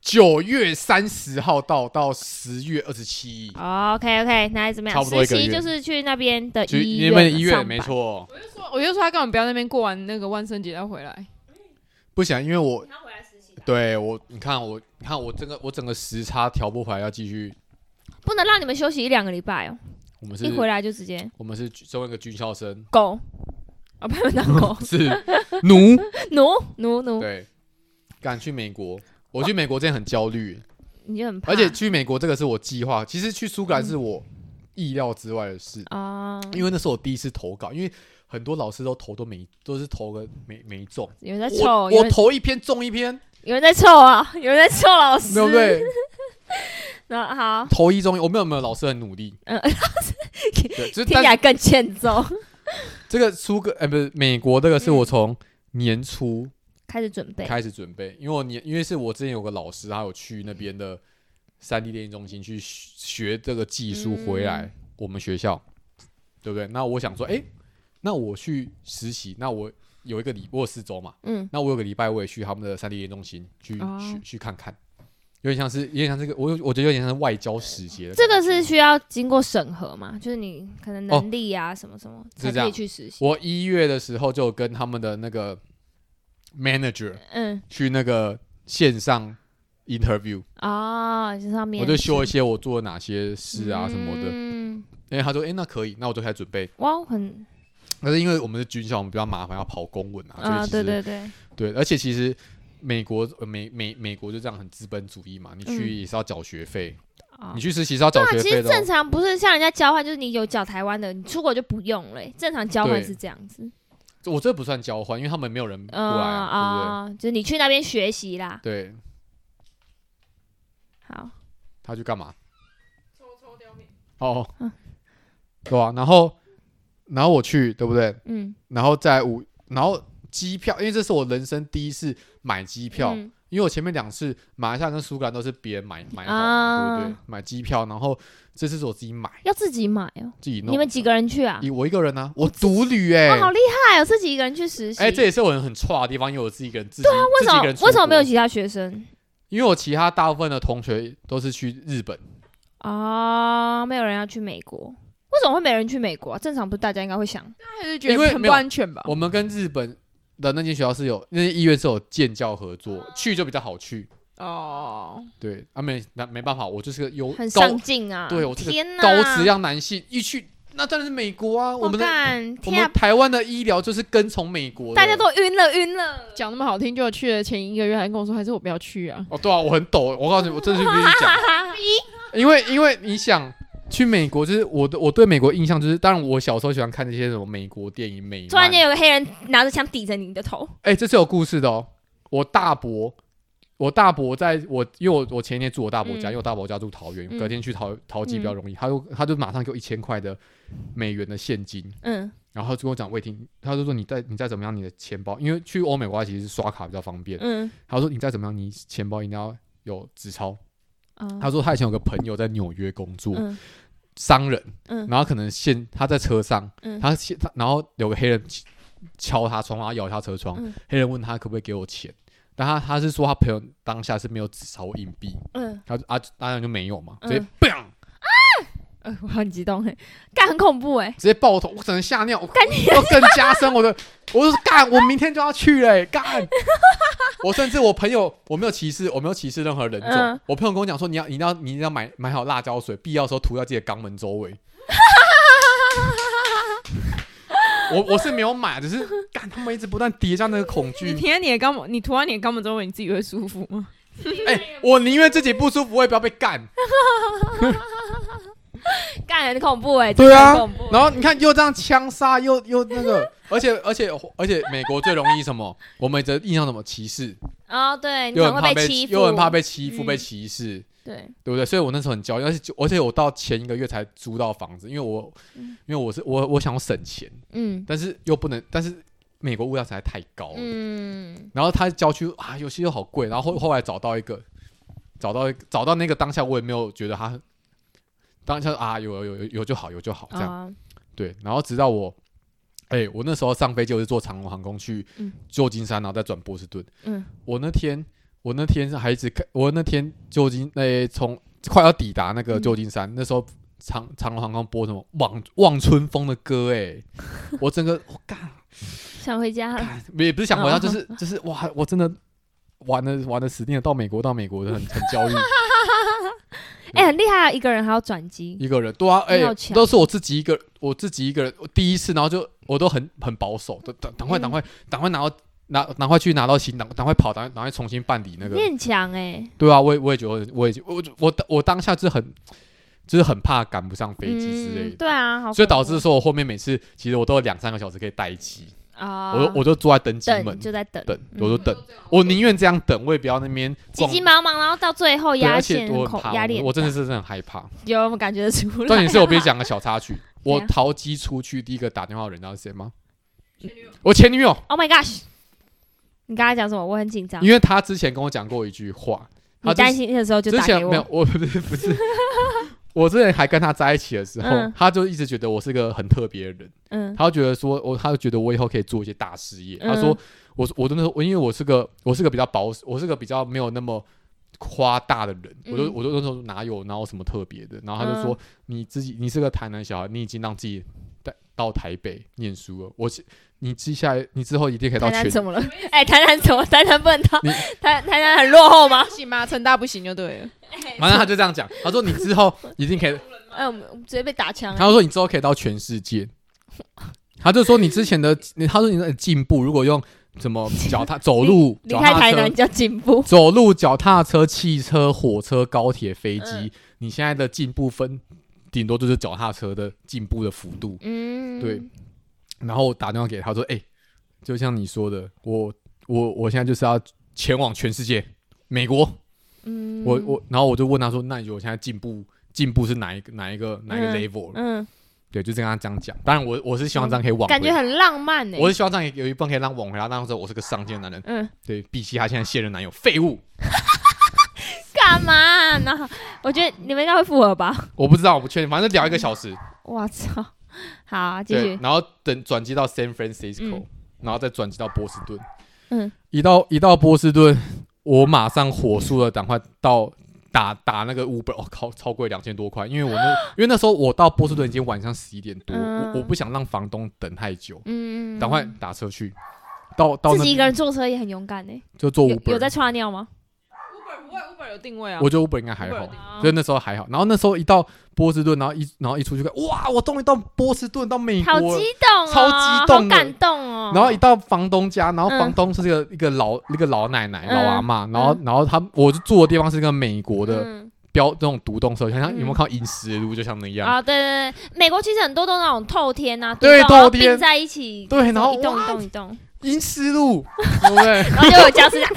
Speaker 3: 九月三十号到到十月二十七，
Speaker 1: 哦 OK OK，那怎么样？
Speaker 3: 差不多
Speaker 1: 实
Speaker 3: 一个月
Speaker 1: 习就是去那边的
Speaker 3: 去
Speaker 1: 医
Speaker 3: 你们的医
Speaker 1: 上
Speaker 3: 院
Speaker 1: 班
Speaker 3: 没。错。
Speaker 2: 我就说，我就说他根本不要那边过完那个万圣节再回来。
Speaker 3: 不想，因为我
Speaker 1: 他回来实习的，
Speaker 3: 对我，你看我，你看我这个我整个时差调不回来，要继续。
Speaker 1: 不能让你们休息一两个礼拜哦，
Speaker 3: 我们是
Speaker 1: 一，回来就直接
Speaker 3: 我们是身为一个军校生，，
Speaker 1: 狗，哦，不能当狗
Speaker 3: 是奴，
Speaker 1: 奴奴奴，
Speaker 3: 对，敢去美国。我去美国之前很焦虑，
Speaker 1: 你就很怕。
Speaker 3: 而且去美国这个是我计划，其实去苏格兰是我意料之外的事，
Speaker 1: 啊，
Speaker 3: 因为那是我第一次投稿，因为很多老师都投都没都是投个没没中，
Speaker 1: 有人在
Speaker 3: 我
Speaker 1: 臭，有
Speaker 3: 我
Speaker 1: 人
Speaker 3: 投一篇中一篇，
Speaker 1: 有人在臭啊，有人在臭老师，
Speaker 3: 对不？对？
Speaker 1: 那好，
Speaker 3: 投一中一，我没有没有老师很努力，
Speaker 1: 嗯
Speaker 3: 对，就是
Speaker 1: 听起
Speaker 3: 但
Speaker 1: 来更欠揍。
Speaker 3: 这个苏格呃不是美国这个是
Speaker 1: 嗯
Speaker 3: 我从年初
Speaker 1: 开始准备，
Speaker 3: 开始准备，因为我年因为是我之前有个老师，他有去那边的三 D 电影中心去学这个技术回来
Speaker 1: 嗯
Speaker 3: 我们学校，对不对？那我想说，诶，那我去实习，那我有一个礼，我有四周嘛，
Speaker 1: 嗯，
Speaker 3: 那我有个礼拜我也去他们的三 D 电影中心去、
Speaker 2: 哦
Speaker 3: 去去看看，有点像是有点像这个，我有我觉得有点像是外交使节的感觉。
Speaker 1: 这个是需要经过审核嘛？就是你可能能力啊什么什么
Speaker 3: 哦是
Speaker 1: 才
Speaker 3: 这
Speaker 1: 可
Speaker 3: 样
Speaker 1: 以去实习。
Speaker 3: 我一月的时候就有跟他们的那个 manager
Speaker 1: 嗯，
Speaker 3: 去那个线上 interview。
Speaker 1: 哦，就是上面
Speaker 3: 我就修一些我做了哪些事啊什么的。
Speaker 1: 嗯，
Speaker 3: 因为他说，哎、那可以，那我就开始准备。
Speaker 1: 哇，很
Speaker 3: 但是因为我们是军校，我们比较麻烦，要跑公文啊，
Speaker 1: 啊，
Speaker 3: 所
Speaker 1: 对对
Speaker 3: 以其实、
Speaker 1: 对，
Speaker 3: 对而且其实美国呃美美美国就这样很资本主义嘛，你去也是要缴学费，
Speaker 1: 嗯啊
Speaker 3: 你，去实习是要缴学
Speaker 1: 其
Speaker 3: 费
Speaker 1: 实
Speaker 3: 的哦、
Speaker 1: 正常不是像人家交换，就是你有缴台湾的，你出国就不用了欸、正常交换
Speaker 3: 对
Speaker 1: 是这样子，
Speaker 3: 我这不算交换，因为他们没有人过来
Speaker 1: 嗯
Speaker 3: 啊、
Speaker 1: 啊，就是你去那边学习啦。
Speaker 3: 对不对？对，
Speaker 1: 好，
Speaker 3: 他去干嘛？哦，
Speaker 1: 嗯
Speaker 3: 对啊，然后然后我去，对不对？
Speaker 1: 嗯，
Speaker 3: 然后在五，然后机票，因为这是我人生第一次买机票，
Speaker 1: 嗯
Speaker 3: 因为我前面两次马来西亚跟苏格兰都是别人买买好的，
Speaker 1: 啊
Speaker 3: 对不对？买机票，然后这次是我自己买
Speaker 1: 要自己买哦、
Speaker 3: 自己弄。
Speaker 1: 你们几个人去啊？
Speaker 3: 一我一个人呢、我独旅哎、
Speaker 1: 哦，好厉害哦、自己一个人去实习。
Speaker 3: 哎、这也是我很很差的地方，因为我自己一个人自己对啊，
Speaker 1: 为什么为什么没有
Speaker 3: 去？
Speaker 1: 其他学生
Speaker 3: 因为我其他大部分的同学都是去日本，
Speaker 1: 啊？没有人要去美国，为什么会没人去美国啊、正常不是大家应该会想
Speaker 2: 他还是觉
Speaker 3: 因为
Speaker 2: 得很
Speaker 3: 没
Speaker 2: 不
Speaker 3: 有
Speaker 2: 安全吧？
Speaker 3: 我们跟日本的那间学校是有那些医院是有建教合作，
Speaker 1: 啊
Speaker 3: 去就比较好去。
Speaker 2: 哦，
Speaker 3: 对，啊没那没办法，我就是个优
Speaker 1: 很
Speaker 3: 高
Speaker 1: 上进啊？
Speaker 3: 对我这个
Speaker 1: 天哪，
Speaker 3: 高质量男性一去，那当然是美国啊！我们的
Speaker 1: 干
Speaker 3: 我
Speaker 1: 天啊
Speaker 3: 们，台湾的医疗就是跟从美国的，
Speaker 1: 大家都晕了晕 了。
Speaker 2: 讲那么好听，就去了前一个月还跟我说，还是我不要去啊。
Speaker 3: 哦，对啊，我很抖，我告诉你，我真的是必须 讲，因为因为你想去美国，就是我的我对美国印象就是，当然我小时候喜欢看那些什么美国电影美漫，
Speaker 1: 突然间有个黑人拿着枪抵着你的头，
Speaker 3: 哎、这是有故事的哦，我大伯。我大伯在我，因为我我前一天住我大伯家，
Speaker 1: 嗯
Speaker 3: 因为我大伯家住桃园，
Speaker 1: 嗯
Speaker 3: 隔天去桃桃机比较容易，他就他就马上给我一千块的美元的现金，
Speaker 1: 嗯
Speaker 3: 然后就跟我讲魏婷，他就说你再你再怎么样，你的钱包，因为去欧美国家其实是刷卡比较方便，
Speaker 1: 嗯，
Speaker 3: 他说你再怎么样，你钱包一定要有纸钞。
Speaker 1: 哦
Speaker 3: 他说他以前有个朋友在纽约工作，
Speaker 1: 嗯
Speaker 3: 商人，
Speaker 1: 嗯
Speaker 3: 然后可能现他在车上，
Speaker 1: 嗯
Speaker 3: 他现他然后有个黑人敲他窗，然后摇他车窗，
Speaker 1: 嗯
Speaker 3: 黑人问他可不可以给我钱，但他他是说他朋友当下是没有纸钞硬币，
Speaker 1: 嗯，
Speaker 3: 他就啊当然就没有嘛，直接
Speaker 1: 嗯
Speaker 3: 砰、
Speaker 1: 呃我很激动哎，干很恐怖哎，
Speaker 3: 直接爆头，我只能吓尿，我我更加深我的，我就干，我明天就要去嘞、干。我甚至我朋友，我没有歧视，我没有歧视任何人种。
Speaker 1: 嗯
Speaker 3: 我朋友跟我讲说，你要，你要，你要买买好辣椒水，必要的时候涂在自己的肛门周围。我我是没有买，只是干他们一直不断叠加那个恐
Speaker 2: 你
Speaker 3: 惧。
Speaker 2: 填你的肛门，你涂完你的肛门之后，你自己会舒服吗？
Speaker 3: 哎、我宁愿自己不舒服，我也不要被干。
Speaker 1: 干很恐怖哎，
Speaker 3: 对啊
Speaker 1: 真的很恐怖
Speaker 3: 然后你看，又这样枪杀，又又那个，而且而且而且，美国最容易什么？我们的印象什么歧视？
Speaker 1: 哦，对，你
Speaker 3: 又
Speaker 1: 可能
Speaker 3: 很怕
Speaker 1: 会
Speaker 3: 被
Speaker 1: 欺负，
Speaker 3: 又很怕被欺负、
Speaker 1: 嗯
Speaker 3: 被歧视，
Speaker 1: 对，
Speaker 3: 对不对？所以我那时候很焦虑，而且就而且我到前一个月才租到房子，因为我、
Speaker 1: 嗯
Speaker 3: 因为我是我我想要省钱，
Speaker 1: 嗯
Speaker 3: 但是又不能，但是美国物价实在太高了，
Speaker 1: 嗯
Speaker 3: 然后它郊区啊有些又好贵，然后后后来找到一个找到找到那个当下，我也没有觉得它很当下啊有有有有就好有就好这样、
Speaker 1: 啊
Speaker 3: 对，然后直到我。哎、我那时候上飞机，我是坐长龙航空去
Speaker 1: 嗯
Speaker 3: 旧金山，然后再转波士顿。
Speaker 1: 嗯
Speaker 3: 我那天我那天还一直看，我那天旧金诶从、快要抵达那
Speaker 1: 嗯
Speaker 3: 个旧金山，那时候长长隆航空播什么《望望春风》的歌哎、 我整个我干、
Speaker 1: 想回家了，
Speaker 3: 也不是想回家，
Speaker 1: 哦
Speaker 3: 就是就是哇，我真的玩的玩的死定了，到美国到美国的很很焦虑，
Speaker 1: 哎，很厉害啊，一个人还要转机，
Speaker 3: 一个人对啊哎、
Speaker 1: 你好强
Speaker 3: 都是我自己一个我自己一个人我第一次，然后就我都很很保守，
Speaker 1: 嗯
Speaker 3: 都赶赶快赶快赶快拿到。拿赶快去拿到行，赶赶快跑，赶快赶快重新办理那个。
Speaker 1: 你很强哎，
Speaker 3: 对啊，我也我也觉得，我也我我我当下是很，就是很怕赶不上飞机之类
Speaker 1: 嗯，
Speaker 3: 的，
Speaker 1: 对啊，好恐怖，
Speaker 3: 所以导致说我后面每次其实我都有两三个小时可以待机，
Speaker 1: 啊，
Speaker 3: 我就我就坐在登机门
Speaker 1: 等就在等，
Speaker 3: 等，
Speaker 1: 嗯
Speaker 3: 我就等，我宁愿这样等，我也不要那边
Speaker 1: 急
Speaker 3: 逛。
Speaker 1: 急忙忙，然后到最后
Speaker 3: 对，
Speaker 1: 压
Speaker 3: 而且
Speaker 1: 线
Speaker 3: 我
Speaker 1: 很
Speaker 3: 很
Speaker 1: 恐
Speaker 3: 怕，
Speaker 1: 压力很
Speaker 3: 我
Speaker 1: 大，
Speaker 3: 我真的是真的很害怕。
Speaker 1: 有我们感觉得出来。
Speaker 3: 重点是我必须讲个小插曲，我
Speaker 1: 怎样
Speaker 3: 逃机出去第一个打电话的人知道是谁吗？我前女 友，
Speaker 1: Oh my gosh！你刚才讲什么？我很紧张。
Speaker 3: 因为她之前跟我讲过一句话，她
Speaker 1: 你
Speaker 3: 就是
Speaker 1: 担心的时候就
Speaker 3: 之
Speaker 1: 打给
Speaker 3: 前
Speaker 1: 我。
Speaker 3: 没有，我不是 不是，我之前还跟他在一起的时候，
Speaker 1: 嗯
Speaker 3: 他就一直觉得我是个很特别的人，
Speaker 1: 嗯
Speaker 3: 他就觉得说我，他就觉得我以后可以做一些大事业。他
Speaker 1: 嗯
Speaker 3: 说我我真的我因为我是个我是个比较保守，我是个比较没有那么。夸大的人，我就
Speaker 1: 嗯
Speaker 3: 我就那时候哪有哪有什么特别的，然后他就说、你自己你是个台南小孩，你已经让自己带到台北念书了，我是你接下来你之后一定可以到
Speaker 1: 台南
Speaker 3: 全
Speaker 1: 怎么了？ 哎，台南怎么？台南不能当
Speaker 3: 你？
Speaker 1: 台台南很落后吗
Speaker 2: 不？行吗？成大不行就对了。
Speaker 3: 反正他就这样讲，他说你之后一定可 以
Speaker 1: 哎，我们我们直接被打枪。哎
Speaker 3: 他说你之后可以到全世界，他就说你之前的，他说你的进步，如果用什么 脚踏走路、
Speaker 1: 离
Speaker 3: 脚
Speaker 1: 开
Speaker 3: 踏
Speaker 1: 台南
Speaker 3: 车、
Speaker 1: 叫进步。
Speaker 3: 走路、脚踏车、汽车、火车、高铁、飞机，
Speaker 1: 嗯
Speaker 3: 你现在的进步分顶多就是脚踏车的进步的幅度。
Speaker 1: 嗯，
Speaker 3: 对，然后我打电话给他说：“哎、就像你说的，我我我现在就是要前往全世界，美国。
Speaker 1: 嗯，
Speaker 3: 我我，然后我就问他说：那你觉得我现在进步进步是哪一个哪一个哪一个 level？、
Speaker 1: 嗯，
Speaker 3: 对，就这样这样讲。当然我，我是希望这样可以挽回
Speaker 1: 感觉很浪漫呢。
Speaker 3: 我是希望这样有一半可以让挽回他，让他说我是个上进的男人。
Speaker 1: 嗯，
Speaker 3: 对，毕竟他现在现任男友废物，
Speaker 1: 干嘛？然后我觉得你们应该会复合吧？
Speaker 3: 我不知道，我不确定，反正聊一个小时。
Speaker 1: 我操！好，嗯继
Speaker 3: 对，
Speaker 1: 续。
Speaker 3: 然后等转机到 San Francisco，、
Speaker 1: 嗯
Speaker 3: 然后再转机到波士顿。
Speaker 1: 嗯，
Speaker 3: 一到一到波士顿，我马上火速的赶快到打打那个 Uber，我、靠，超贵两千多块，因为我那因为那时候我到波士顿已经晚上十一点多，
Speaker 1: 啊嗯
Speaker 3: 我我不想让房东等太久，
Speaker 1: 嗯，
Speaker 3: 赶快打车去。到到
Speaker 1: 自
Speaker 3: 那
Speaker 1: 己一个人坐车也很勇敢呢。
Speaker 3: 就坐
Speaker 1: 有有
Speaker 3: Uber，
Speaker 1: 在串尿吗？
Speaker 2: Uber 不会，Uber 有定位啊。
Speaker 3: 我觉得 Uber 应该还
Speaker 2: Uber
Speaker 3: 好
Speaker 2: 有。
Speaker 3: 所以那时候还好。然后那时候一到波士顿，然后一然后一出去看，哇，我终于到波士顿，到美国
Speaker 1: 好
Speaker 3: 了。
Speaker 1: 激动哦，
Speaker 3: 超激动
Speaker 1: 好
Speaker 3: 的
Speaker 1: 感动哦。
Speaker 3: 然后一到房东家，然后
Speaker 1: 嗯
Speaker 3: 房东是这个、一个老一个老奶奶、
Speaker 1: 嗯
Speaker 3: 老阿嬷，然后、然后他我就住的地方是一个美国的
Speaker 1: 嗯
Speaker 3: 标、那种独栋社区，像
Speaker 1: 嗯
Speaker 3: 有没有看到《饮食路》就像那样。
Speaker 1: 啊，对对对，美国其实很多都那种透天啊，
Speaker 3: 对
Speaker 1: 独栋然后
Speaker 3: 透天
Speaker 1: 并在一起，
Speaker 3: 对然后
Speaker 1: 一栋一栋一栋，
Speaker 3: 银石路，对不对？
Speaker 1: 然后就有僵尸这样，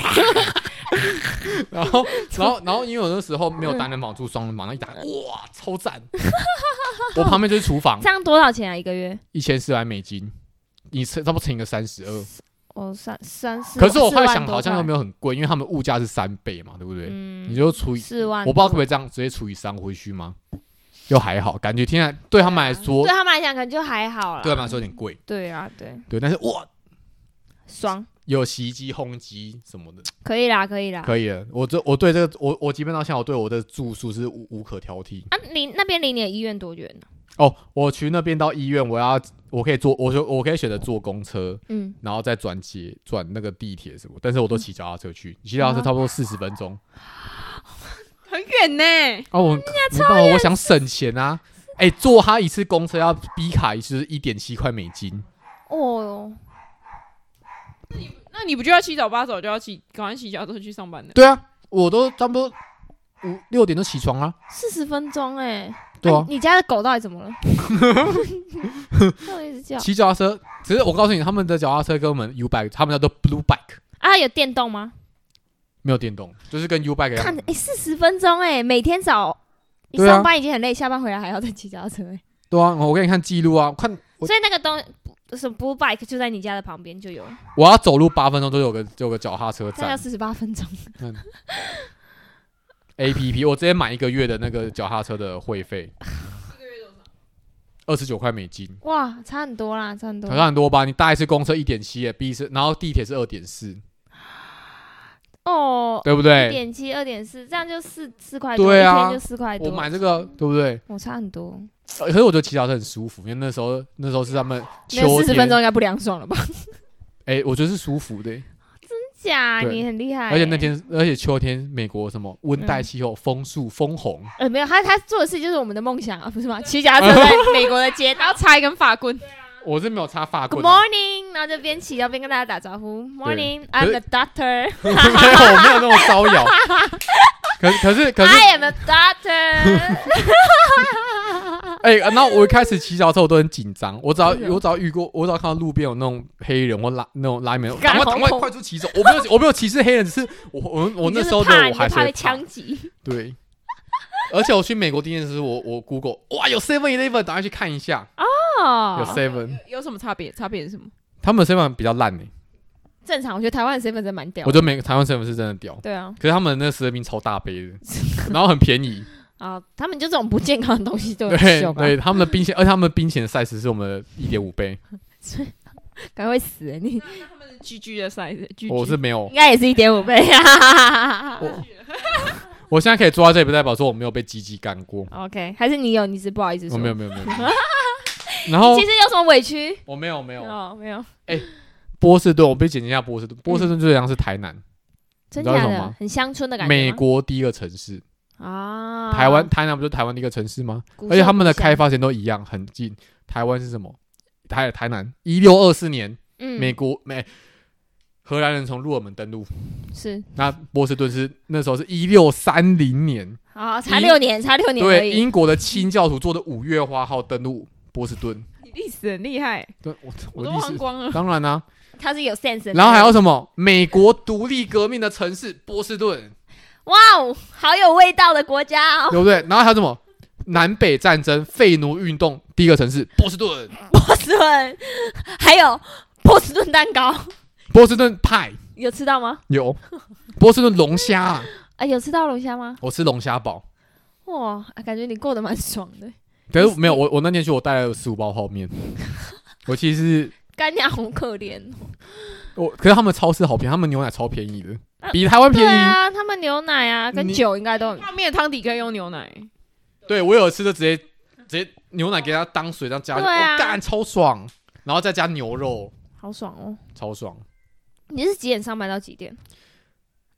Speaker 3: 然后，然 后，然后，因为我那时候没有
Speaker 1: 嗯
Speaker 3: 单人房，住双人房，然后一打开，哇，超赞！我旁边就是厨房
Speaker 1: 这，样多少钱啊？一个月？
Speaker 3: 一千四百美金，你乘差不多乘一个三十二。
Speaker 1: 哦，三三四。
Speaker 3: 可是我后来
Speaker 1: 四
Speaker 3: 想，
Speaker 1: 万多块
Speaker 3: 好像又没有很贵，因为他们物价是三倍嘛，对不对？
Speaker 1: 嗯，
Speaker 3: 啊你就除以，
Speaker 1: 四万
Speaker 3: 我不
Speaker 1: 多，
Speaker 3: 知道可不可以这样直接除以三回去吗？又还好，感觉听起来对他们来说
Speaker 1: 对，他们来讲可能就还好啦。
Speaker 3: 对他们来说有点贵，
Speaker 1: 对啊，对，
Speaker 3: 对。但是哇，
Speaker 1: 爽，
Speaker 3: 有洗衣机、烘机什么的，
Speaker 1: 可以啦，可以啦。
Speaker 3: 可以了。我这我对这个，我我即便到现在，我对我的住宿是无无可挑剔。
Speaker 1: 啊，离那边离你的医院多远呢？
Speaker 3: 哦，我去那边到医院，我要我可以坐，我就我可以选择坐公车，
Speaker 1: 嗯，
Speaker 3: 然后再转捷转那个地铁什么，但是我都骑脚踏车去，骑脚踏车差不多四十分钟。
Speaker 2: 很远呢。
Speaker 3: 哦，我没办法，我想省钱啊。哎、坐他一次公车要 B 卡一次一点七块美金，
Speaker 1: 哦，
Speaker 2: 那你不就要七早八早就要起，赶快起脚都去上班的？
Speaker 3: 对啊，我都差不多五六点就起床啦、啊
Speaker 1: 四十分钟哎、
Speaker 3: 对
Speaker 1: 那
Speaker 3: 啊，
Speaker 1: 你家的狗到底怎 么了？ 到底是叫
Speaker 3: 骑脚踏车。只是我告诉你，他们的脚踏车跟我们 U bike，他们叫做 Blue Bike，
Speaker 1: 啊？有电动吗？
Speaker 3: 没有电动，就是跟 U bike 一样
Speaker 1: 看，哎、四十分钟哎、每天早你
Speaker 3: 啊对啊
Speaker 1: 上班已经很累，下班回来还要再骑脚踏车哎、
Speaker 3: 对啊，我给你看记录啊，看我
Speaker 1: 所以那个东不什么 blue bike 就在你家的旁边就有了，
Speaker 3: 我要走路八分钟都有个就有个脚踏车
Speaker 1: 大概要
Speaker 3: 站
Speaker 1: 四十八分 钟。
Speaker 3: A P P，我直接买一个月的那个脚踏车的会费，二十九块美金，
Speaker 1: 哇，差很多啦，差很多
Speaker 3: 好。像很多吧？你搭一次公车一点七耶，B 是，然后地铁是二点四，
Speaker 1: 哦，
Speaker 3: 对不
Speaker 1: 一
Speaker 3: 对？
Speaker 1: 点七、二点四，这样就四四块多，
Speaker 3: 对啊
Speaker 1: 一天就四块多。
Speaker 3: 我买这个对不对？
Speaker 1: 我差很多，
Speaker 3: 呃可是我觉得骑脚踏车很舒服，因为那时候那时候是他们
Speaker 1: 没有
Speaker 3: 秋
Speaker 1: 四十分
Speaker 3: 天
Speaker 1: 钟，应该不凉爽 了吧？
Speaker 3: 哎，我觉得是舒服的，
Speaker 1: 假，
Speaker 3: 对
Speaker 1: 你很厉害欸、
Speaker 3: 而且那天而且秋天美国什么温
Speaker 1: 嗯
Speaker 3: 带气候，枫树枫红，
Speaker 1: 呃，没有，他他做的事就是我们的梦想啊，不是吗？骑脚踏车在 美国的街
Speaker 2: 还要
Speaker 1: 道
Speaker 2: 插一根发棍，
Speaker 3: 我是没有插发
Speaker 1: ，Good
Speaker 3: 棍啊，
Speaker 1: morning，然后就边骑，然后边跟大家打招呼
Speaker 3: 可
Speaker 1: ，Morning，I'm
Speaker 3: 是
Speaker 1: a doctor，I
Speaker 3: 没有我没有那么招摇，可可是可是
Speaker 1: am a doctor，
Speaker 3: 哎、啊然后我一开始骑脚踏车我都很紧张，我只要
Speaker 1: 真的哦
Speaker 3: 我只要遇过，我只要看到路边有那种黑人或拉那种拉美人，赶
Speaker 1: 干
Speaker 3: 快
Speaker 1: 好
Speaker 3: 赶快
Speaker 1: 恐
Speaker 3: 快速骑走！我没有我没有歧视黑人，只是我我
Speaker 1: 你
Speaker 3: 我那
Speaker 1: 就是
Speaker 3: 时候的
Speaker 1: 怕
Speaker 3: 我
Speaker 1: 你
Speaker 3: 还
Speaker 1: 就是怕
Speaker 3: 会
Speaker 1: 被
Speaker 3: 怕
Speaker 1: 枪击，
Speaker 3: 对。而且我去美国第一件事，我我 Google 哇有 Seven Eleven，赶快去看一下，有
Speaker 1: 哦，
Speaker 3: Seven，
Speaker 2: 有什么差别？差别是什么？
Speaker 3: 他们 Seven 比较烂呢、欸
Speaker 1: 正常，我觉得台湾的身份证蛮屌
Speaker 3: 我
Speaker 1: 的，
Speaker 3: 觉得美台湾 Seven 是真的屌，
Speaker 1: 对啊，
Speaker 3: 可是他们那十二冰超 大杯的，然后很便宜，
Speaker 1: 啊，他们就这种不健康的东西都很 啊
Speaker 3: 对
Speaker 1: 秀吧，
Speaker 3: 对，他们的冰险，而且他们冰险 size 是我们的一点五倍，
Speaker 1: 赶快死欸你，
Speaker 2: 他们是 GG 的 size，
Speaker 3: 我是没有
Speaker 1: 应，该也是一点五倍啊
Speaker 3: 我我现在可以坐在这里，不代表说我没有被鸡鸡干过。
Speaker 1: ，OK，还是你有，你是不好意思
Speaker 3: 我
Speaker 1: 说，
Speaker 3: 没有，没有没有。没 有然后
Speaker 1: 其实有什么委屈？
Speaker 3: 我没有没有
Speaker 1: 哦，没有，
Speaker 3: 波士顿，我被剪辑一下波士顿。波士顿最像是台南，
Speaker 1: 真
Speaker 3: 知道为
Speaker 1: 假
Speaker 3: 什么
Speaker 1: 的
Speaker 3: 吗，
Speaker 1: 很乡村的嗯感觉吗，
Speaker 3: 美国第一个城市。
Speaker 1: 啊，
Speaker 3: 台湾台南不就是台湾的一个城市吗？
Speaker 1: 古
Speaker 3: 而且
Speaker 1: 色
Speaker 3: 他们的
Speaker 1: 古香
Speaker 3: 开发前都一样，很近。台湾是什么？台台南一六二四年，
Speaker 1: 嗯
Speaker 3: 美国美荷兰人从鹿耳门登陆，
Speaker 1: 嗯是
Speaker 3: 那波士顿是那时候是一六三零年，
Speaker 1: 啊，差
Speaker 3: 英
Speaker 1: 六年，差六年而
Speaker 3: 对
Speaker 1: 已。
Speaker 3: 英国的清教徒做的五月花号登陆波士顿。
Speaker 2: 你历史很厉害，
Speaker 3: 对，我
Speaker 2: 我
Speaker 3: 的
Speaker 2: 都
Speaker 3: 历
Speaker 2: 忘
Speaker 3: 史
Speaker 2: 光了。
Speaker 3: 当然啦、
Speaker 1: 他是有 sense 的。
Speaker 3: 然后还有什么？美国独立革命的城市波士顿，
Speaker 1: 哇哦，好有味道的国家哦！
Speaker 3: 对不对？然后还有什么？南北战争、废奴运动，第一个城市波 士顿，
Speaker 1: 波士顿， 还有波士顿蛋糕，
Speaker 3: 波士顿派
Speaker 1: 有吃到吗？
Speaker 3: 有，波士顿龙虾、啊，
Speaker 1: 啊，有吃到龙虾吗？
Speaker 3: 我吃龙虾堡。
Speaker 1: 哇，啊感觉你过得蛮爽的。
Speaker 3: 可是没有我，我那天去我带了十五包 泡面。我其实
Speaker 1: 干娘好可怜哦。
Speaker 3: 我，可是他们超市好便宜，他们牛奶超便宜的，比台湾便
Speaker 1: 对
Speaker 3: 宜。
Speaker 1: 啊，他们牛奶啊跟
Speaker 3: 你
Speaker 1: 酒应该都很
Speaker 2: 泡面的汤底可以用牛奶，
Speaker 3: 对我有一次就直接直接牛奶给它当水这样加，我、
Speaker 1: 对啊
Speaker 3: 干超爽，然后再加牛肉，
Speaker 1: 好爽哦。
Speaker 3: 超爽。
Speaker 1: 你是几点上班到几点？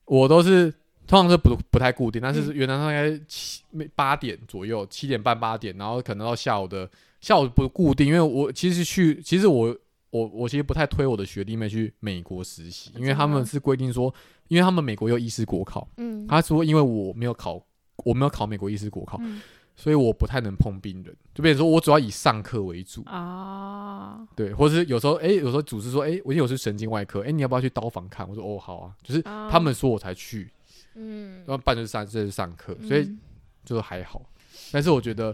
Speaker 3: 我都是通常是不不太固定，但是
Speaker 1: 嗯
Speaker 3: 原来大概七八点左右，七点半八点，然后可能到下午的下午不固定，因为我其实去，其实我我我其实不太推我的学弟妹去美国实习，
Speaker 1: 啊
Speaker 3: 因为他们是规定说，因为他们美国有医师国考，
Speaker 1: 嗯
Speaker 3: 他说因为我没有考，我没有考美国医师国考，
Speaker 1: 嗯
Speaker 3: 所以我不太能碰病人，就变成说我主要以上课为主，
Speaker 1: 哦
Speaker 2: 啊，
Speaker 3: 对，或者是有时候哎、有时候组织说哎、我因为我是神经外科，哎、你要不要去刀房看？我说哦好啊，就是
Speaker 2: 啊
Speaker 3: 他们说我才去，
Speaker 1: 嗯，
Speaker 3: 然后半就是上就是上课，所以
Speaker 1: 嗯
Speaker 3: 就还好。但是我觉得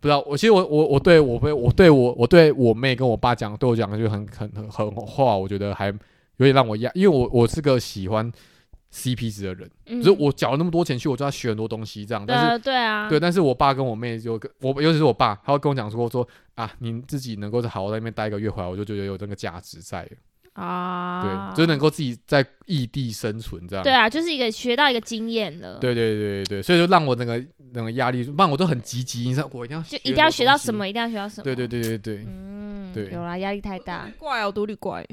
Speaker 3: 不知道，我其实我我我对我被我对我我对我妹跟我爸讲，对我讲的就很很很很话，我觉得还有点让我压，因为我我是个喜欢 CP 值的人，
Speaker 1: 嗯
Speaker 3: 就是我缴了那么多钱去，我就要学很多东西这样，但是。
Speaker 1: 对对啊，
Speaker 3: 对，但是我爸跟我妹就跟我，尤其是我爸，他会跟我讲说说啊，你自己能够好好在那边待一个月回来，我就觉得有这个价值在了，
Speaker 2: 啊，
Speaker 3: 对，就是能够自己在异地生存这样。
Speaker 1: 对啊，就是一个学到一个经验了，，
Speaker 3: 对对对对对，所以就让我整个整个压力，让我都很积极，你知道我一定要
Speaker 1: 就一定要学到
Speaker 3: 东西
Speaker 1: 什么，一定要学到什么，
Speaker 3: 对对，对对对。
Speaker 1: 嗯，
Speaker 3: 对
Speaker 1: 有啦，压力太大，
Speaker 2: 怪哦，独立怪，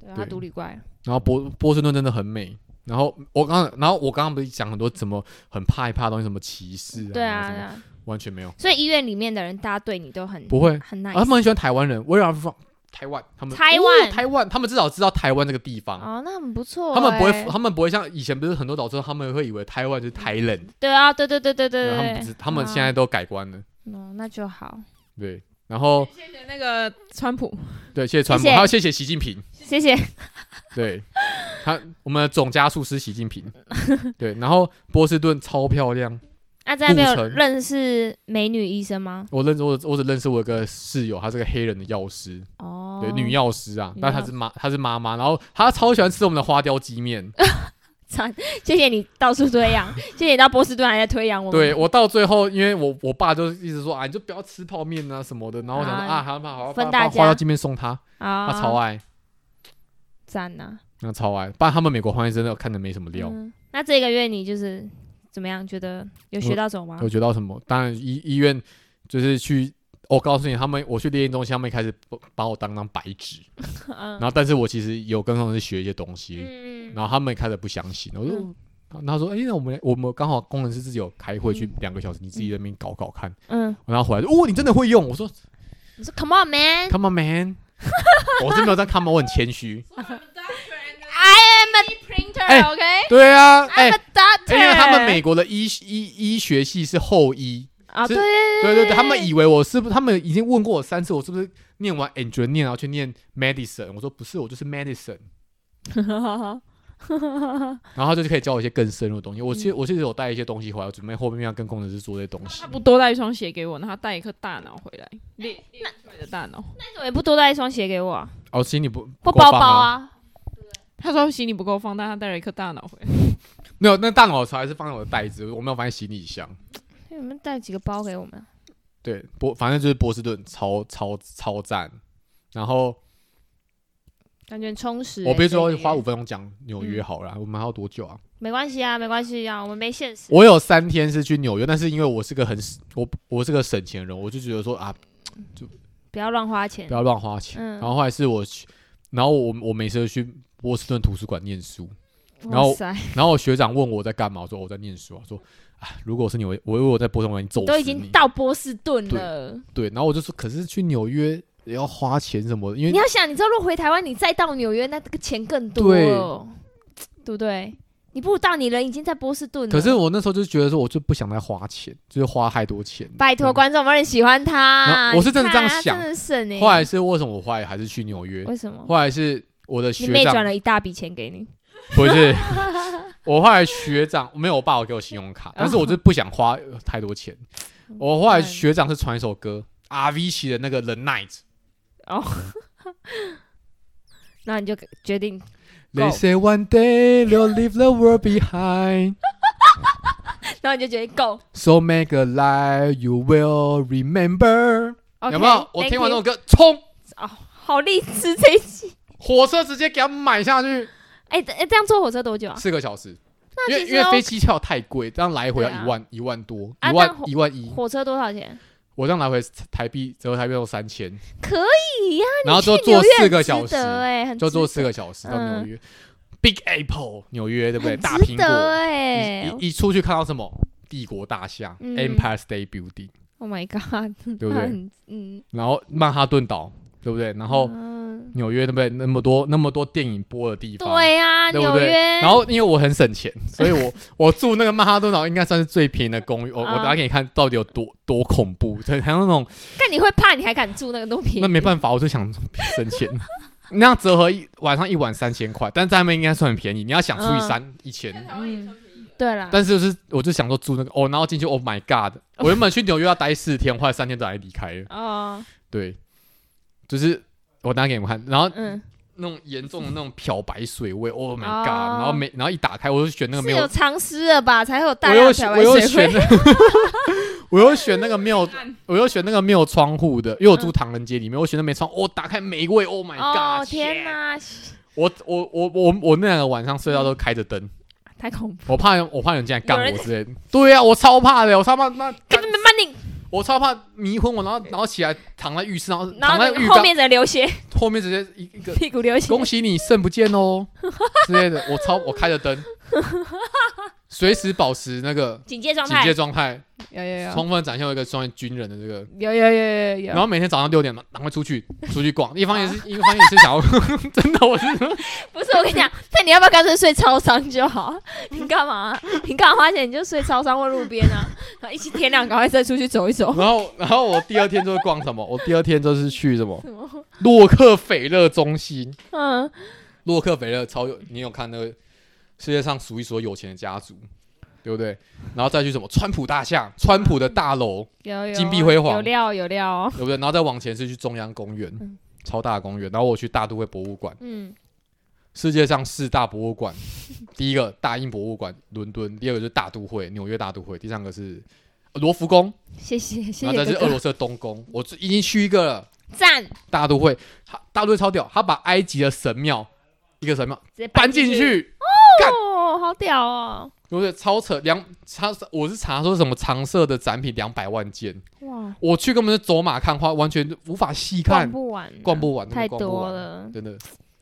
Speaker 1: 对啊，他
Speaker 3: 对
Speaker 1: 独立怪，
Speaker 3: 然后波波士顿真的很美。然后我刚刚，然后我刚刚不是讲很多怎么很怕一怕的东西，什么歧视啊，
Speaker 1: 对啊，
Speaker 3: 什
Speaker 1: 对
Speaker 3: 么
Speaker 1: 啊
Speaker 3: 完全没有，
Speaker 1: 所以医院里面的人，大家对你都很
Speaker 3: 不会。
Speaker 1: 很
Speaker 3: 啊他
Speaker 1: nice，
Speaker 3: 们很喜欢台湾人，我让放台湾，他们
Speaker 1: 台
Speaker 3: 哦
Speaker 1: 湾
Speaker 3: 台湾，他们至少知道台湾这个地方。
Speaker 1: 哦，那很不错欸，
Speaker 3: 他们不会，他们不会像以前不是很多导师，他们会以为台湾就是台人，
Speaker 1: 对啊，对对对对对
Speaker 3: 然后他们
Speaker 1: 对
Speaker 3: 不知，他们现在都改观了，
Speaker 1: 哦，那就好，
Speaker 3: 对。然后
Speaker 2: 谢谢那个川普，
Speaker 3: 对，谢谢川普，
Speaker 1: 谢谢
Speaker 3: 还有谢谢习近平，
Speaker 1: 谢谢，
Speaker 3: 对他，我们的总加速师习近平，对。然后波士顿超漂亮，
Speaker 1: 那啊在那边
Speaker 3: 顾
Speaker 1: 有
Speaker 3: 城
Speaker 1: 认识美女医生吗？
Speaker 3: 我认识我只我只认识我有个室友，她是个黑人的药师，
Speaker 1: 哦，
Speaker 3: 对，女药师啊，
Speaker 2: 女
Speaker 3: 但她
Speaker 2: 药
Speaker 3: 是妈，她是妈妈，然后她超喜欢吃我们的花雕鸡面，
Speaker 1: 惨，谢谢你到处推扬，谢谢你到波士顿还在推扬我们。
Speaker 3: 对我到最后，因为我我爸就一直说啊，你就不要吃泡面啊什么的，然后我想说
Speaker 1: 啊
Speaker 3: 啊，好吧好吧，
Speaker 1: 分
Speaker 3: 把
Speaker 1: 大
Speaker 3: 把
Speaker 1: 家
Speaker 3: 花雕鸡面送她，
Speaker 1: 啊，
Speaker 3: 她超爱，
Speaker 1: 赞呐、
Speaker 3: 那超爱，不然他们美国花医真的看着没什么料。
Speaker 1: 嗯，那这个月你就是怎么样？觉得有学到什么吗？
Speaker 3: 我觉得到什么？当然医医院就是去，我告诉你，他们我去烈焰中心，他们一开始把把我当当白纸，
Speaker 1: 嗯
Speaker 3: 然后但是我其实有跟他们学一些东西，
Speaker 1: 嗯
Speaker 3: 然后他们开始不相信，我说。
Speaker 1: 嗯
Speaker 3: 然后他说：“哎、那我们我们刚好工程师自己有开会，去两个小时，你自己在那边搞搞看。
Speaker 1: 嗯，
Speaker 3: 然后回来就，哦，你真的会用？我说
Speaker 1: 你说 Come on man,
Speaker 3: ，Come on man，我是没有在 Come on，我很谦虚。
Speaker 1: I am a printer,
Speaker 3: 哎
Speaker 1: OK?
Speaker 3: 对啊，哎、
Speaker 1: I'm a doctor.
Speaker 3: 哎因为他们美国的医医医学系是后医，
Speaker 1: 啊，
Speaker 3: 是
Speaker 1: 对对
Speaker 3: 对对对，他们以为我是不是，他们已经问过我三次，我是不是念完 engineer 然后去念 medicine？我说不是，我就是 medicine。然后他就可以教我一些更深入的东西。我其实我其实有带一些东西回来，我准备后面要跟工程师做这些东西
Speaker 2: 他。不多带一双鞋给我，那他带一颗大脑回来，练练出来的大脑。
Speaker 1: 那你怎么也不多带一双鞋给我、啊，
Speaker 3: 哦，行，你不
Speaker 1: 或
Speaker 3: 不够
Speaker 1: 包包
Speaker 3: 棒啊？
Speaker 1: 啊？
Speaker 2: 他说行李不够放，但他带了一颗大脑回来。
Speaker 3: 没有，那大脑勺还是放在我的袋子，我没有放在行李箱。
Speaker 1: 你们带几个包给我们？
Speaker 3: 对，波反正就是波士顿超超超赞。然后
Speaker 1: 感觉很充实、欸。
Speaker 3: 我比如说
Speaker 1: 这个
Speaker 3: 花
Speaker 1: 月
Speaker 3: 五分钟讲纽约好了啊，我们还要多久啊？
Speaker 1: 没关系啊，没关系啊，我们没现实。
Speaker 3: 我有三天是去纽约，但是因为我是个很我我是个省钱人，我就觉得说啊，
Speaker 1: 不要乱花钱
Speaker 3: 不。要乱花钱。
Speaker 1: 嗯
Speaker 3: 然后后来是我去，然后我我每次都去波士顿图书馆念书，然后
Speaker 1: 哇塞，
Speaker 3: 然后我学长问我在干嘛，我说我在念书啊，说啊，如果我是你，我我如果我在波士顿，我一定揍死
Speaker 1: 都已
Speaker 3: 你
Speaker 1: 经到波士顿了。
Speaker 3: 对，然后我就说，可是去纽约也要花钱什么的，因
Speaker 1: 你
Speaker 3: 为
Speaker 1: 要想，你知道，如果回台湾，你再到纽约，那这个钱更多
Speaker 3: 对
Speaker 1: 了，对不对？你不如到你人已经在波士顿了。
Speaker 3: 可是我那时候就觉得说，我就不想再花钱，就是花太多钱。
Speaker 1: 拜托
Speaker 3: 对
Speaker 1: 观众有没有人喜欢他
Speaker 3: 嗯那？我是真的这样
Speaker 1: 你看他
Speaker 3: 想
Speaker 1: 真的省哎。
Speaker 3: 后来是为什么我后来还是去纽约？
Speaker 1: 为什么？
Speaker 3: 后来是我的
Speaker 1: 你
Speaker 3: 学
Speaker 1: 妹转
Speaker 3: 长，
Speaker 1: 了一大笔钱给你，
Speaker 3: 不是我后来学长没有我爸我给我信用卡，但是我就不想花呃太多钱。
Speaker 1: 嗯
Speaker 3: 我后来学长是传一首歌，RV 奇的那个《The Night
Speaker 1: 那你就决定》
Speaker 3: ，They
Speaker 1: Go
Speaker 3: say one day they'll leave the world behind。
Speaker 1: 然后你就决定 go。
Speaker 3: So make a lie, you will remember。
Speaker 1: OK，
Speaker 3: 有没有？我
Speaker 1: thank
Speaker 3: 听完这
Speaker 1: you
Speaker 3: 首歌，冲
Speaker 1: 哦，好励志这一集。
Speaker 3: 火车直接给他买下去，
Speaker 1: 哎哎，这样坐火车多久啊？
Speaker 3: 四个小时。因
Speaker 1: 那其
Speaker 3: 为因
Speaker 1: 实
Speaker 3: 为
Speaker 1: 哦
Speaker 3: 飞机票太贵，这样来回要
Speaker 1: 对啊
Speaker 3: 一万一万多，
Speaker 1: 啊
Speaker 3: 一
Speaker 1: 那
Speaker 3: 万
Speaker 1: 火
Speaker 3: 一万一，
Speaker 1: 火车多少钱？
Speaker 3: 我这样来回台币折合台币都三千，
Speaker 1: 可以呀，
Speaker 3: 然后就
Speaker 1: 去纽
Speaker 3: 坐
Speaker 1: 约
Speaker 3: 四个
Speaker 1: 很
Speaker 3: 小
Speaker 1: 值得
Speaker 3: 时，
Speaker 1: 哎，很
Speaker 3: 就坐
Speaker 1: 值
Speaker 3: 四个小时到纽
Speaker 1: 嗯
Speaker 3: 约，Big Apple 纽约对不对？
Speaker 1: 很
Speaker 3: 大
Speaker 1: 值
Speaker 3: 苹
Speaker 1: 得
Speaker 3: 果，
Speaker 1: 哎
Speaker 3: 一一一出去看到什么？帝国大厦
Speaker 1: 嗯
Speaker 3: ，Empire State Building，
Speaker 1: ！Oh my god，
Speaker 3: 对不对？
Speaker 1: 很？嗯，
Speaker 3: 然后曼哈顿岛，对不对？然后
Speaker 1: 嗯
Speaker 3: 纽约对不对？那么多那么多电影播的地方，
Speaker 1: 对呀，
Speaker 3: 对不
Speaker 1: 纽
Speaker 3: 对？
Speaker 1: 约，
Speaker 3: 然后因为我很省钱，所 以我我住那个曼哈顿岛应该算是最便宜的公寓。我我
Speaker 1: 啊
Speaker 3: 大家给你看到底有多多恐怖，对，还有那种
Speaker 1: 但你会怕，你还敢住那个东西？
Speaker 3: 那没办法，我就想省钱。那样折合一晚上一晚三千块，但在那边应该算很便宜。你要想除以
Speaker 1: 嗯
Speaker 3: 三一千，
Speaker 2: 嗯，
Speaker 1: 对啦，
Speaker 3: 但是就是我就想说住那个哦，然后进去，Oh my God！我原本去纽约要待四天，后来三天早就离开了。
Speaker 2: 啊，
Speaker 3: 对，就是我拿给你们看，然后
Speaker 1: 嗯，
Speaker 3: 那种严重的那种漂白水味，Oh my
Speaker 1: 哦
Speaker 3: God！然后没，然后一打开我就选那个
Speaker 1: 是
Speaker 3: 没有
Speaker 1: 有藏尸了吧，才会有大
Speaker 3: 我
Speaker 1: 量
Speaker 3: 又
Speaker 1: 的
Speaker 3: 选，
Speaker 1: 漂
Speaker 3: 我
Speaker 1: 白
Speaker 3: 又
Speaker 1: 水
Speaker 3: 选
Speaker 1: 味。
Speaker 3: 那个， 我又选那个没有，我又选那个没有窗户的，因为我住唐人街里面，我选的没窗，我、打开玫瑰，Oh my god！
Speaker 1: 嗯哦天
Speaker 3: 哪！
Speaker 1: 哪，
Speaker 3: 我我我我我那两个晚上睡觉都开着灯，
Speaker 1: 太恐怖！
Speaker 3: 我怕我怕人进来干
Speaker 1: 有人
Speaker 3: 我之类的。对啊，我超怕的，我超怕 那
Speaker 1: 干
Speaker 3: 干
Speaker 1: 嘛慢你，
Speaker 3: 我超怕迷昏我，然后然后起来躺在浴室，然后
Speaker 1: 然
Speaker 3: 躺
Speaker 1: 后
Speaker 3: 在
Speaker 1: 你
Speaker 3: 浴
Speaker 1: 后
Speaker 3: 缸
Speaker 1: 面的流血，
Speaker 3: 后面直接一一个
Speaker 1: 屁股流血。
Speaker 3: 恭喜你肾不见哦 之类的，我超我开着 灯，随时保持那个
Speaker 1: 警戒状
Speaker 3: 警
Speaker 1: 态
Speaker 3: 戒，状态。
Speaker 2: 有有有
Speaker 3: 充分展现我一个专业军人的这个。
Speaker 2: 有有有有
Speaker 1: 啊
Speaker 3: 然
Speaker 2: 有，
Speaker 3: 后每天早上六点嘛，赶快 出去出去逛。一方面是，一方面是想要， 真的 我是
Speaker 1: 不是我跟你讲，那你要不要干脆睡超商就好？你干嘛？你干嘛花钱？你就睡超商或路边啊，然后一起天亮，赶快再出去走一走。
Speaker 3: 然后，然后我第二天就会逛什么？我第二天就是去什么
Speaker 1: 什么？
Speaker 3: 洛克菲勒中心。
Speaker 1: 嗯，
Speaker 3: 洛克菲勒超有，你有看那个世界上数一数二有钱的家族，对不对？然后再去什么川普大厦、川普的大楼，
Speaker 2: 有有
Speaker 3: 金碧辉煌
Speaker 2: 有料有料哦，
Speaker 3: 对不对？然后再往前是去中央公园
Speaker 1: 嗯，
Speaker 3: 超大的公园。然后我去大都会博物馆。
Speaker 1: 嗯，
Speaker 3: 世界上四大博 物馆，第一个大英博物馆，伦敦；第二个就是大都会，纽约大都会；第三个是呃罗浮宫，
Speaker 1: 谢谢谢
Speaker 3: 然后
Speaker 1: 谢
Speaker 3: 再是
Speaker 1: 哥
Speaker 3: 俄
Speaker 1: 哥，
Speaker 3: 罗斯的东宫。我已经去一个了，
Speaker 1: 赞，直
Speaker 3: 大都会，他大都会超屌，他把埃及的神庙一个神庙
Speaker 1: 接
Speaker 3: 搬进
Speaker 1: 去。
Speaker 3: 去，
Speaker 1: 哦，好屌哦！
Speaker 3: 对不对？超扯，两他我是查说什么常设的展品两百万件，
Speaker 1: 哇，
Speaker 3: 我去根本就走马看花，完全无法细
Speaker 1: 逛
Speaker 3: 看，
Speaker 1: 不完，啊
Speaker 3: 逛不完，真的
Speaker 1: 太
Speaker 3: 逛不
Speaker 1: 多
Speaker 3: 完，
Speaker 1: 了。
Speaker 3: 真的。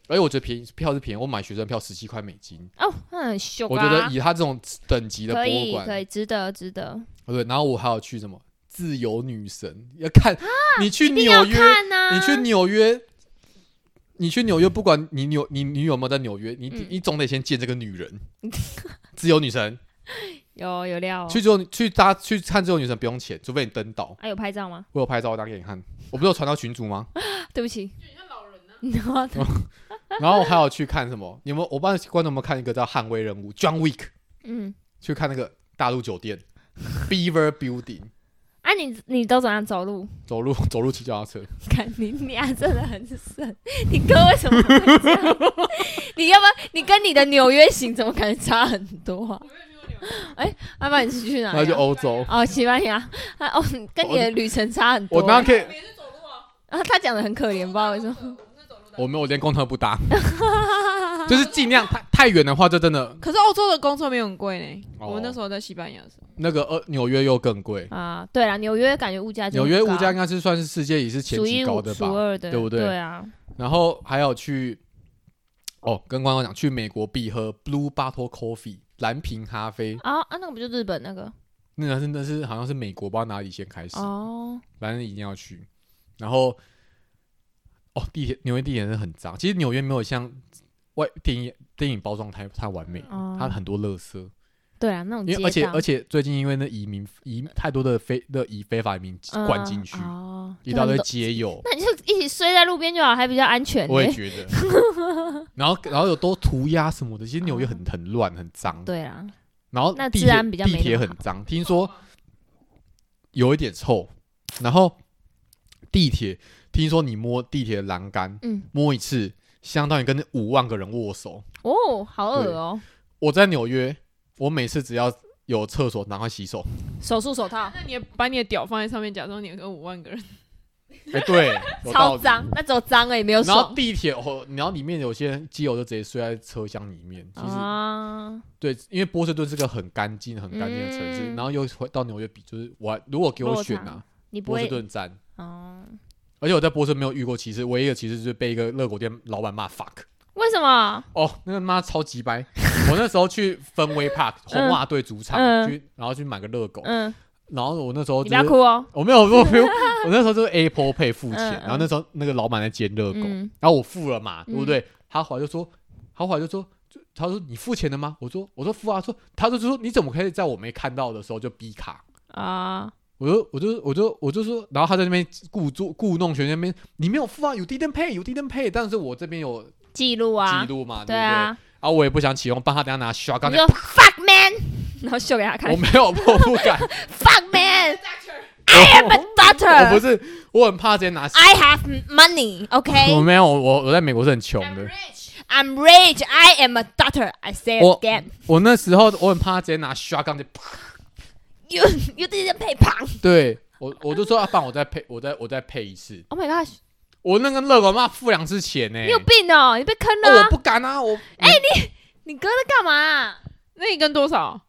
Speaker 3: 而且我觉得便宜票是便宜，我买学生票十七块美金，
Speaker 1: 哦，那很凶啊！
Speaker 3: 我觉得以他这种等级的博
Speaker 1: 可
Speaker 3: 物
Speaker 1: 以
Speaker 3: 馆，
Speaker 1: 可以，值得值得，
Speaker 3: 对，然后我还有去什么自由女神，要看、 你去
Speaker 1: 啊一定
Speaker 3: 纽
Speaker 1: 要
Speaker 3: 约，
Speaker 1: 看啊呐！
Speaker 3: 你去纽约，你去纽约，不管你纽你你有没有在纽约，你、
Speaker 1: 嗯
Speaker 3: 你总得先见这个女 人，自由女神，
Speaker 1: 有有料哦，
Speaker 3: 去自由去大家去看自由女神不用钱，除非你登岛，
Speaker 1: 啊有拍照吗？
Speaker 3: 我有拍照，我拿给你看，我不是有传到群组 吗？
Speaker 1: 对不起，
Speaker 3: 啊
Speaker 1: 你像老人呢。
Speaker 3: 然后我还有去看什么？你们我不知道观众有没有看一个叫《捍卫任务》John Wick，
Speaker 1: 嗯，
Speaker 3: 去看那个大陆 酒店 Beaver Building，
Speaker 1: 啊你你都怎样走路？
Speaker 3: 走路走路骑脚踏车。
Speaker 1: 看你你啊真的很神，你哥为什么会这样？ 你要不要你跟你的纽约行怎么感觉差很多啊？哎，要不然你是去哪
Speaker 3: 然后
Speaker 1: 里
Speaker 3: 就
Speaker 1: 啊？
Speaker 3: 欧 洲。
Speaker 1: 哦，西班牙，啊哦，跟你的旅程差很多欸
Speaker 3: 我。当然可以，
Speaker 1: 啊，他讲的很可怜，不知道为什么。
Speaker 3: 我没有，我连公车不搭，就是尽量太太远的话，就真的
Speaker 2: 可是欧洲的公车没有很贵呢，
Speaker 3: 哦
Speaker 2: 我们那时候在西班牙的时候，
Speaker 3: 那个呃纽约又更贵。
Speaker 1: 啊，对了，纽约感觉物价就
Speaker 3: 纽
Speaker 1: 很
Speaker 3: 约
Speaker 1: 高
Speaker 3: 物价应该是算是世界也是前
Speaker 1: 数
Speaker 3: 几
Speaker 1: 一
Speaker 3: 高
Speaker 1: 数
Speaker 3: 的
Speaker 1: 数
Speaker 3: 吧。
Speaker 1: 二的，
Speaker 3: 对不对
Speaker 1: 对啊，
Speaker 3: 然后还有去哦，跟观众讲，去美国必喝 Blue Bottle Coffee 蓝瓶咖啡，
Speaker 1: 啊啊，那个不就日本那个
Speaker 3: 那个是那是好像是美国不知道哪里先开始，
Speaker 1: 哦，
Speaker 3: 反正一定要去。然后哦，地铁纽约地铁是很脏，其实纽约没有像外电影电影包装太太完美，
Speaker 1: 哦
Speaker 3: 它很多垃圾。
Speaker 1: 对啊，那种
Speaker 3: 因为而且而
Speaker 1: 且
Speaker 3: 且最近因为那移民移太多的非的以非法移民灌进去，
Speaker 1: 嗯哦，
Speaker 3: 一大
Speaker 1: 那
Speaker 3: 堆
Speaker 1: 很多
Speaker 3: 街友，
Speaker 1: 那你就一起睡在路边就好，还比较安全呢。欸
Speaker 3: 我也觉得。然后然后有都涂鸦什么的，其实纽约很很乱很脏，
Speaker 1: 嗯对啊啦，
Speaker 3: 然后
Speaker 1: 那
Speaker 3: 地
Speaker 1: 治
Speaker 3: 铁
Speaker 1: 安比较没
Speaker 3: 地
Speaker 1: 那
Speaker 3: 铁
Speaker 1: 么
Speaker 3: 很脏，听说有一点臭，然后地铁听说你摸地铁的栏杆
Speaker 1: 嗯，
Speaker 3: 摸一次，相当于跟五万个人握手。
Speaker 1: 哦，好恶哦，
Speaker 3: 我在纽约，我每次只要有厕所，赶快洗手。
Speaker 1: 手术手套
Speaker 2: 那你也把你的屌放在上面，假装你跟五万个人，
Speaker 3: 哎、 对，有道
Speaker 1: 超
Speaker 3: 理
Speaker 1: 脏，那只有脏而已，没有
Speaker 3: 然后
Speaker 1: 手
Speaker 3: 地铁哦，然后里面有些基友就直接睡在车厢里面。
Speaker 1: 哦
Speaker 3: 其实、
Speaker 1: 啊，
Speaker 3: 对，因为波士顿是个很干净、很干净的城市，
Speaker 1: 嗯
Speaker 3: 然后又回到纽约比，就是我如果给我
Speaker 1: 落
Speaker 3: 选
Speaker 1: 差
Speaker 3: 啊，
Speaker 1: 你不
Speaker 3: 波士
Speaker 1: 会
Speaker 3: 顿站。
Speaker 1: 哦？
Speaker 3: 而且我在波士顿没有遇过歧视，唯一的歧视就是被一个热狗店老板骂 fuck。
Speaker 1: 为什么？
Speaker 3: 哦，那个妈超级 掰！我那时候去芬威 Park 红袜队主场、
Speaker 1: 嗯
Speaker 3: 去，然后去买个热狗，
Speaker 1: 嗯，
Speaker 3: 然后我那时候
Speaker 1: 你
Speaker 3: 就
Speaker 1: 不要
Speaker 3: 是
Speaker 1: 哭哦。
Speaker 3: 我没有，我 没有，我那时候就是 Apple Pay 付钱，
Speaker 1: 嗯嗯
Speaker 3: 然后那时候那个老板在煎热狗，
Speaker 1: 嗯
Speaker 3: 然后我付了嘛，
Speaker 1: 嗯
Speaker 3: 对不对？他后来就说，他后来就说，就他说你付钱了吗？我说我说付啊，说他就说你怎么可以在我没看到的时候就逼卡？
Speaker 1: 啊，
Speaker 3: 我就我就我就我就说，然后他在那边故作故弄玄虚，那边你没有付啊，有 didn't pay，有 didn't pay，但是我这边有
Speaker 1: 记录啊
Speaker 3: 记，录嘛，
Speaker 1: 对
Speaker 3: 不对？
Speaker 1: 啊，
Speaker 3: 啊，我也不想启用，帮他等下拿刷
Speaker 1: 你
Speaker 3: 缸，
Speaker 1: 就 fuck man，然后 秀给他看
Speaker 3: 我没有，我不 敢，
Speaker 1: ，fuck man，I
Speaker 3: 我
Speaker 1: am a
Speaker 3: 我不
Speaker 1: daughter，I
Speaker 3: 是，我很怕直接拿。
Speaker 1: have
Speaker 3: 我
Speaker 1: money，OK，I'm
Speaker 3: 没有， 我我在美国是很穷的。
Speaker 1: rich，I am a daughter，I say it
Speaker 3: 我
Speaker 1: again，you
Speaker 3: 我那时候我很怕直接拿刷缸就啪，
Speaker 1: you didn't pay 胖
Speaker 3: 对我我就说啊，爸，我再配，我再我再配一次。
Speaker 1: ，Oh my gosh，
Speaker 3: 我那个热狗妈付两次钱呢、
Speaker 1: 你有病哦，你被坑
Speaker 3: 哎哦
Speaker 1: 了啊
Speaker 3: 我，不敢啊，我哎、
Speaker 1: 你哥在干嘛啊？
Speaker 2: 那一根多少？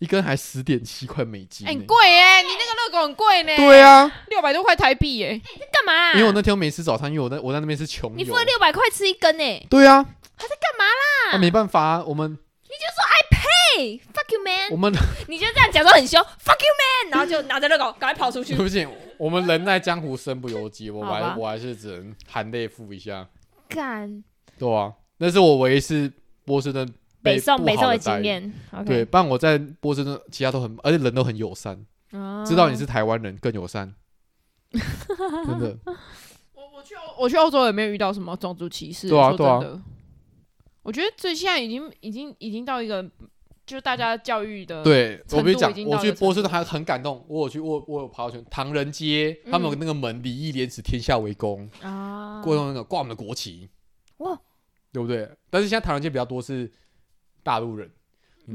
Speaker 3: 一根还十点七块美金、
Speaker 2: 哎、
Speaker 3: 欸，
Speaker 2: 很贵哎、你那个热狗很贵呢、
Speaker 3: 对，啊，
Speaker 2: 六百多块台币哎、
Speaker 1: 你在干嘛啊？
Speaker 3: 因为我那天我没吃早餐，因为我在我在那边是穷游，
Speaker 1: 你付了六百块吃一根呢，
Speaker 3: 对啊，
Speaker 1: 干嘛
Speaker 3: 那、没办法、啊，我们
Speaker 1: 嘿，fuck you man，
Speaker 3: 我们
Speaker 1: 哎你就这样假装很凶，fuck you man，然后就拿着热狗赶快跑出去啊
Speaker 3: 对。不起，我们人在江湖身不由己，我
Speaker 1: 好吧
Speaker 3: 还我还是只能含泪付一下，
Speaker 1: 干
Speaker 3: 对啊，那是我唯一是波士顿
Speaker 1: 北
Speaker 3: 被
Speaker 1: 宋
Speaker 3: 不
Speaker 1: 北
Speaker 3: 好
Speaker 1: 宋
Speaker 3: 的
Speaker 1: 的
Speaker 3: 待
Speaker 1: 经
Speaker 3: 遇，
Speaker 1: 验，OK，
Speaker 3: 对，不然我在波士顿其他都很，而且人都很友善。
Speaker 1: 哦
Speaker 3: 知道你是台湾人更友 善，真的。
Speaker 2: 嗯我我去 欧我去欧洲也没有遇到什么种族歧视，
Speaker 3: 对啊
Speaker 2: 说真的。我觉得这现在已经已经已经到一个，就是大家教育的，
Speaker 3: 对
Speaker 2: 程
Speaker 3: 我跟你
Speaker 2: 度
Speaker 3: 讲
Speaker 2: 已，经
Speaker 3: 我
Speaker 2: 到
Speaker 3: 去
Speaker 2: 了
Speaker 3: 波士
Speaker 2: 程度
Speaker 3: 顿还很感动，我有去我我有爬到去唐人街，他
Speaker 2: 嗯
Speaker 3: 们有那个门礼义廉耻天下为公，
Speaker 2: 啊，
Speaker 3: 过用那个挂我们的国旗，
Speaker 1: 哇，
Speaker 3: 对不对？但是现在唐人街比较多是大陆人，你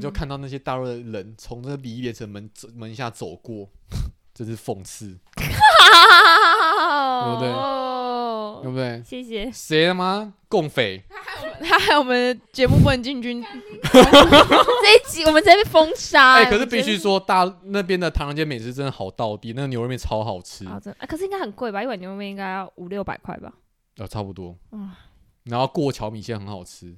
Speaker 2: 嗯
Speaker 3: 就看到那些大陆的人从那个礼义廉耻的门走门下走过， 真是讽刺，对不对对
Speaker 1: 哦，
Speaker 3: 不对？
Speaker 1: 谢谢。
Speaker 3: 谁他妈共匪？
Speaker 2: 他 还有我们节目不能进军，
Speaker 1: 这一集我们真被封杀、
Speaker 3: 哎、
Speaker 1: 我
Speaker 3: 可是
Speaker 1: 啊觉
Speaker 3: 必
Speaker 1: 得
Speaker 3: 须说，大那边的唐人街美食真的好到底，那个牛肉面超好吃，
Speaker 1: 好的、啊，可是应该很贵吧？一碗牛肉面应该要五六百块吧？
Speaker 3: 啊，差不多。
Speaker 1: 嗯
Speaker 3: 然后过桥米线很好吃，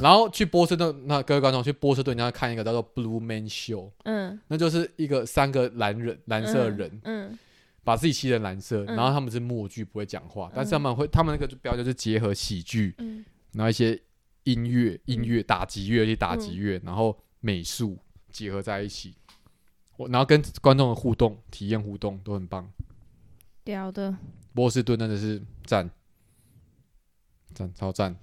Speaker 3: 然后去波士顿，那各位观众去波士顿，你要看一个叫做 Blue Man Show，
Speaker 1: 嗯，
Speaker 3: 那就是一个三个蓝人蓝色的人、
Speaker 1: 嗯，
Speaker 3: 把自己漆成蓝色，
Speaker 1: 嗯
Speaker 3: 然后他们是默剧不会讲话，但是他们会他们那个就标就是结合喜剧，
Speaker 1: 嗯
Speaker 3: 然后一些音乐音乐打击乐去打击
Speaker 1: 嗯
Speaker 3: 乐，然后美术结合在一起。我然后跟观众的互动、体验互动都很棒，
Speaker 1: 屌的，
Speaker 3: 波士顿真的是赞，赞超赞！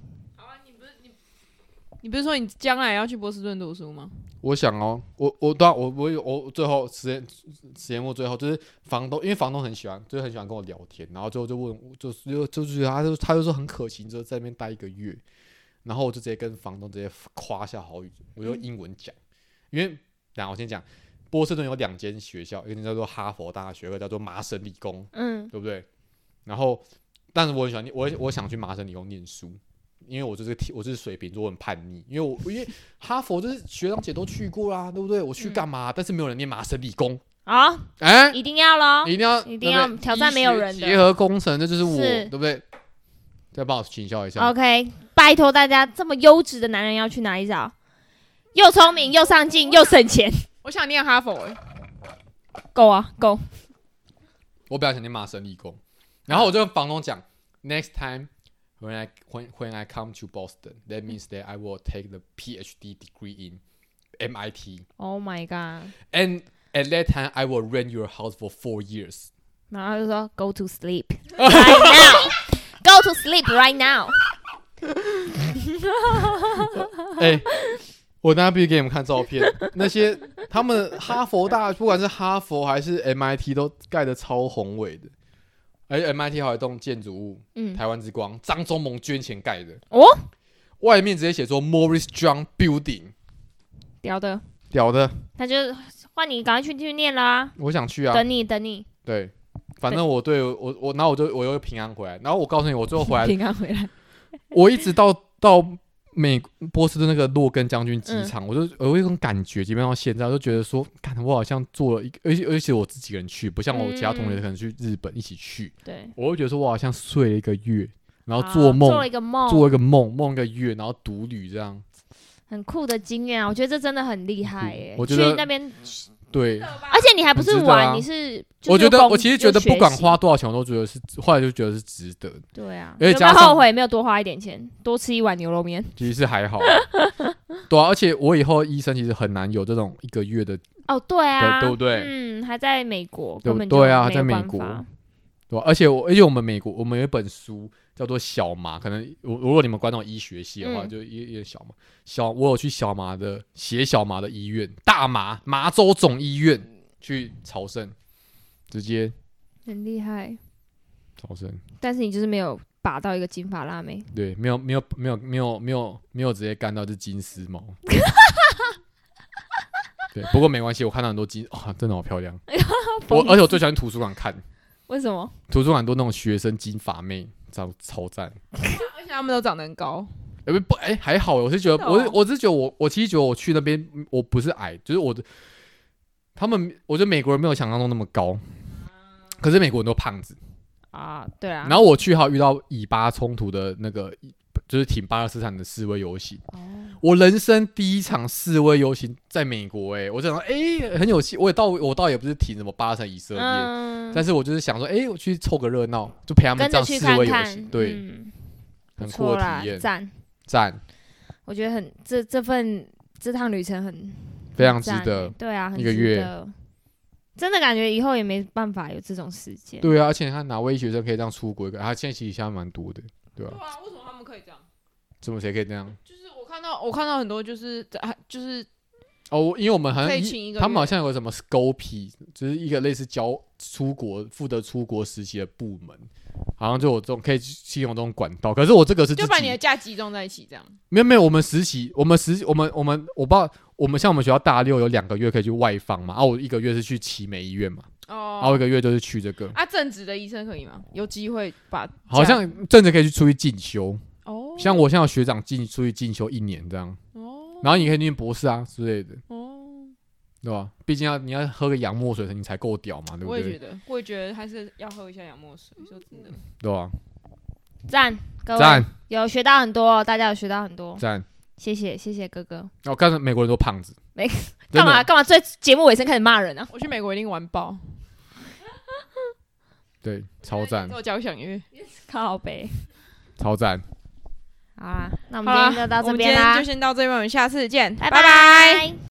Speaker 2: 你不是说你将来要去波士顿读书吗？
Speaker 3: 我想哦，我我当然我我有我最后实验实验末最后就是房东，因为房东很喜欢，就是很喜欢跟我聊天，然后最后就问，就是就就是他就他就说很可惜，你就在那边待一个月，然后我就直接跟房东直接夸下好语，我用英文讲，因为然后我先讲，波士顿有两间学校，一个叫做哈佛大学，一个叫做麻省理工，
Speaker 1: 嗯
Speaker 3: 对不对？然后，但是我很喜欢念，我也我想去麻省理工念书，因为我就是天我就是水瓶座，我很叛逆，因为我因为哈佛就是学长姐都去过啦，对不对？我去
Speaker 1: 嗯
Speaker 3: 干嘛？但是没有人念麻省理工，
Speaker 1: 好、
Speaker 3: 哎、
Speaker 1: 一定要喽
Speaker 3: 你！一定要
Speaker 1: 一定要
Speaker 3: 对不对
Speaker 1: 挑战没有人的
Speaker 3: 医学结合工程，这就是我，
Speaker 1: 是
Speaker 3: 对不对？再帮我请教一下，
Speaker 1: OK，拜托大家，这么优质的男人要去哪里找？又聪明又上进又省钱，
Speaker 2: 我想念哈佛哎、
Speaker 1: 够啊够！
Speaker 3: 我比较想念麻省理工，然后我就跟房东讲，next time。When I when when I come to Boston, that means that I will take the PhD degree in MIT.
Speaker 1: Oh my god！
Speaker 3: And at that time, I will rent your house for four years。
Speaker 1: 然后他就说 Go to sleep right now，Go to sleep right now。
Speaker 3: 哎、我等下必须给你们看照片，那些他们哈佛大，不管是哈佛还是 MIT，都盖的超宏伟的。哎而且 MIT 还有一栋建筑物，
Speaker 1: 嗯
Speaker 3: 台湾之光，张忠谋捐钱盖的，
Speaker 1: 哦，
Speaker 3: 外面直接写说 Morris John Building，
Speaker 1: 屌的，
Speaker 3: 屌的，
Speaker 1: 他就换你赶快去去念啦、
Speaker 3: 我想去啊。
Speaker 1: 等你等你，
Speaker 3: 对，反正我对我我，然后我就我又平安回来，然后我告诉你，我最后回来
Speaker 2: 平安回来。
Speaker 3: 我一直到到美波士顿那个洛根将军机
Speaker 1: 嗯
Speaker 3: 场，我就我有一种感觉，即便到现在，我就觉得说，看我好像做了一个，而且而且我自己一个人去，不像我其他同学可能去日本一起去，
Speaker 1: 对。
Speaker 3: 我会觉得说我好像睡了一个月，然后
Speaker 1: 啊
Speaker 3: 做梦、
Speaker 1: 做了一个梦，
Speaker 3: 做一个梦，梦一个月，然后独旅这样。
Speaker 1: 很酷的经验啊！我觉得这真的很厉害
Speaker 3: 很酷
Speaker 1: 耶、
Speaker 3: 嗯我觉
Speaker 1: 去
Speaker 3: 得
Speaker 1: 那边
Speaker 3: 对，
Speaker 1: 而且你还不是
Speaker 3: 很值得啊
Speaker 1: 玩，你是就是
Speaker 3: 我觉得
Speaker 1: 工
Speaker 3: 我其实觉
Speaker 1: 就
Speaker 3: 得
Speaker 1: 学
Speaker 3: 不管
Speaker 1: 习
Speaker 3: 花多少钱，我都觉得是后来就觉得是值得的，
Speaker 1: 对啊，
Speaker 3: 而且
Speaker 1: 有没有
Speaker 3: 加上
Speaker 1: 后悔没有多花一点钱，多吃一碗牛肉面？
Speaker 3: 其实是还好。 对啊，而且我以后医生其实很难有这种一个月的，
Speaker 1: 哦，对啊，
Speaker 3: 对对不对
Speaker 1: 嗯，还在美国，
Speaker 3: 对
Speaker 1: 根本就
Speaker 3: 对啊
Speaker 1: 没有
Speaker 3: 在美
Speaker 1: 办
Speaker 3: 国
Speaker 1: 法
Speaker 3: 对吧、而且我而且我们美国我们有一本书叫做《小麻》，可能如如果你们关注医学系的话，
Speaker 1: 嗯
Speaker 3: 就也也小麻小，我有去小麻的写小麻的医院，大麻麻州总医院去朝圣，直接
Speaker 1: 很厉害，
Speaker 3: 朝圣。
Speaker 1: 但是你就是没有把到一个金发辣妹，
Speaker 3: 对，没有没有没有没有没有没有直接干到是金丝猫。对，不过没关系，我看到很多金，哇，真的好漂亮。我而且我最喜欢图书馆看，
Speaker 1: 为什么？
Speaker 3: 图书馆都那种学生金发妹，超超赞。
Speaker 2: 而且他们都长得很高，
Speaker 3: 哎、不，哎、还好，我是觉得，
Speaker 2: 真的
Speaker 3: 我是
Speaker 2: 哦
Speaker 3: 我是觉得我我其实觉得我去那边，嗯我不是矮，就是我的，他们，我觉得美国人没有想象中那么高，可是美国人都胖子。
Speaker 1: 啊，对啊，
Speaker 3: 然后我去还有遇到以巴冲突的那个，就是挺巴勒斯坦的示威游行。
Speaker 1: 哦
Speaker 3: 我人生第一场示威游行在美国、欸，哎，我就想说，哎、很有戏。我也到，我倒也不是挺什么巴勒斯坦以色列，
Speaker 1: 嗯，
Speaker 3: 但是我就是想说，哎、我去凑个热闹，就陪他们
Speaker 1: 跟
Speaker 3: 这
Speaker 1: 着
Speaker 3: 样
Speaker 1: 去
Speaker 3: 示
Speaker 1: 看
Speaker 3: 威游行，
Speaker 1: 看，
Speaker 3: 对，
Speaker 1: 嗯，不
Speaker 3: 很酷
Speaker 1: 错
Speaker 3: 的
Speaker 1: 啦
Speaker 3: 体，验，
Speaker 1: 赞，
Speaker 3: 赞，
Speaker 1: 我觉得很这这份这趟旅程很
Speaker 3: 非常值
Speaker 1: 赞
Speaker 3: 得
Speaker 1: 欸对啊，很
Speaker 3: 一个
Speaker 1: 值
Speaker 3: 月
Speaker 1: 得，真的感觉以后也没办法有这种时间，
Speaker 3: 对啊，而且他哪位学生可以这样出国？他现在其实现在蛮多的，对吧、
Speaker 2: 对啊，为什么他们可以这样？
Speaker 3: 怎么谁可以这样？
Speaker 2: 就是我看到我看到很多就是啊就是
Speaker 3: 哦，我因为我们好
Speaker 2: 可
Speaker 3: 像
Speaker 2: 以
Speaker 3: 一
Speaker 2: 请一个
Speaker 3: 他们
Speaker 2: 月
Speaker 3: 好像有个什么 Scopy，就是一个类似教出国、负责出国实习的部门，好像就有这种可以系用这种管道。可是我这个是自
Speaker 2: 就把你的
Speaker 3: 己
Speaker 2: 假集中在一起这样。
Speaker 3: 没有没有，我们实习，我们实我们我们我不知道，我们像我们学校大六有两个月可以去外放嘛，啊，我一个月是去奇美医院嘛，啊，我
Speaker 2: 哦
Speaker 3: 一，个月就是去这个，
Speaker 2: 啊，正职的医生可以吗？有机会把
Speaker 3: 好
Speaker 2: 假
Speaker 3: 像甚至可以去出去进修，
Speaker 2: 哦，
Speaker 3: 像我现在有学长进出去进修一年这样，
Speaker 2: 哦
Speaker 3: 然后你可以念博士啊之类的。
Speaker 2: 哦，
Speaker 3: 对吧？毕竟要你要喝个洋墨水你才够屌嘛，对不
Speaker 2: 我也觉
Speaker 3: 对？
Speaker 2: 得，我也觉得还是要喝一下洋墨水，说真的。
Speaker 3: 对吧？
Speaker 1: 赞，
Speaker 2: 哦
Speaker 1: 各位
Speaker 3: 赞
Speaker 1: 有学到很多，大家有学到很多，
Speaker 3: 赞！
Speaker 1: 谢谢谢谢哥哥。
Speaker 3: 我看到美国人都胖子，
Speaker 1: 没
Speaker 3: 真
Speaker 1: 干嘛
Speaker 3: 的
Speaker 1: 干嘛？最节目尾声开始骂人啊！
Speaker 2: 我去美国一定玩爆，
Speaker 3: 对，超赞
Speaker 2: 给我交响乐。
Speaker 1: 靠北。
Speaker 3: 超赞。
Speaker 1: 好啦，那我
Speaker 2: 好
Speaker 1: 们今天
Speaker 2: 啦
Speaker 1: 就到
Speaker 2: 我
Speaker 1: 这
Speaker 2: 们
Speaker 1: 边
Speaker 2: 今天
Speaker 1: 啦
Speaker 2: 就，先到这边，我们下次见，
Speaker 1: 拜拜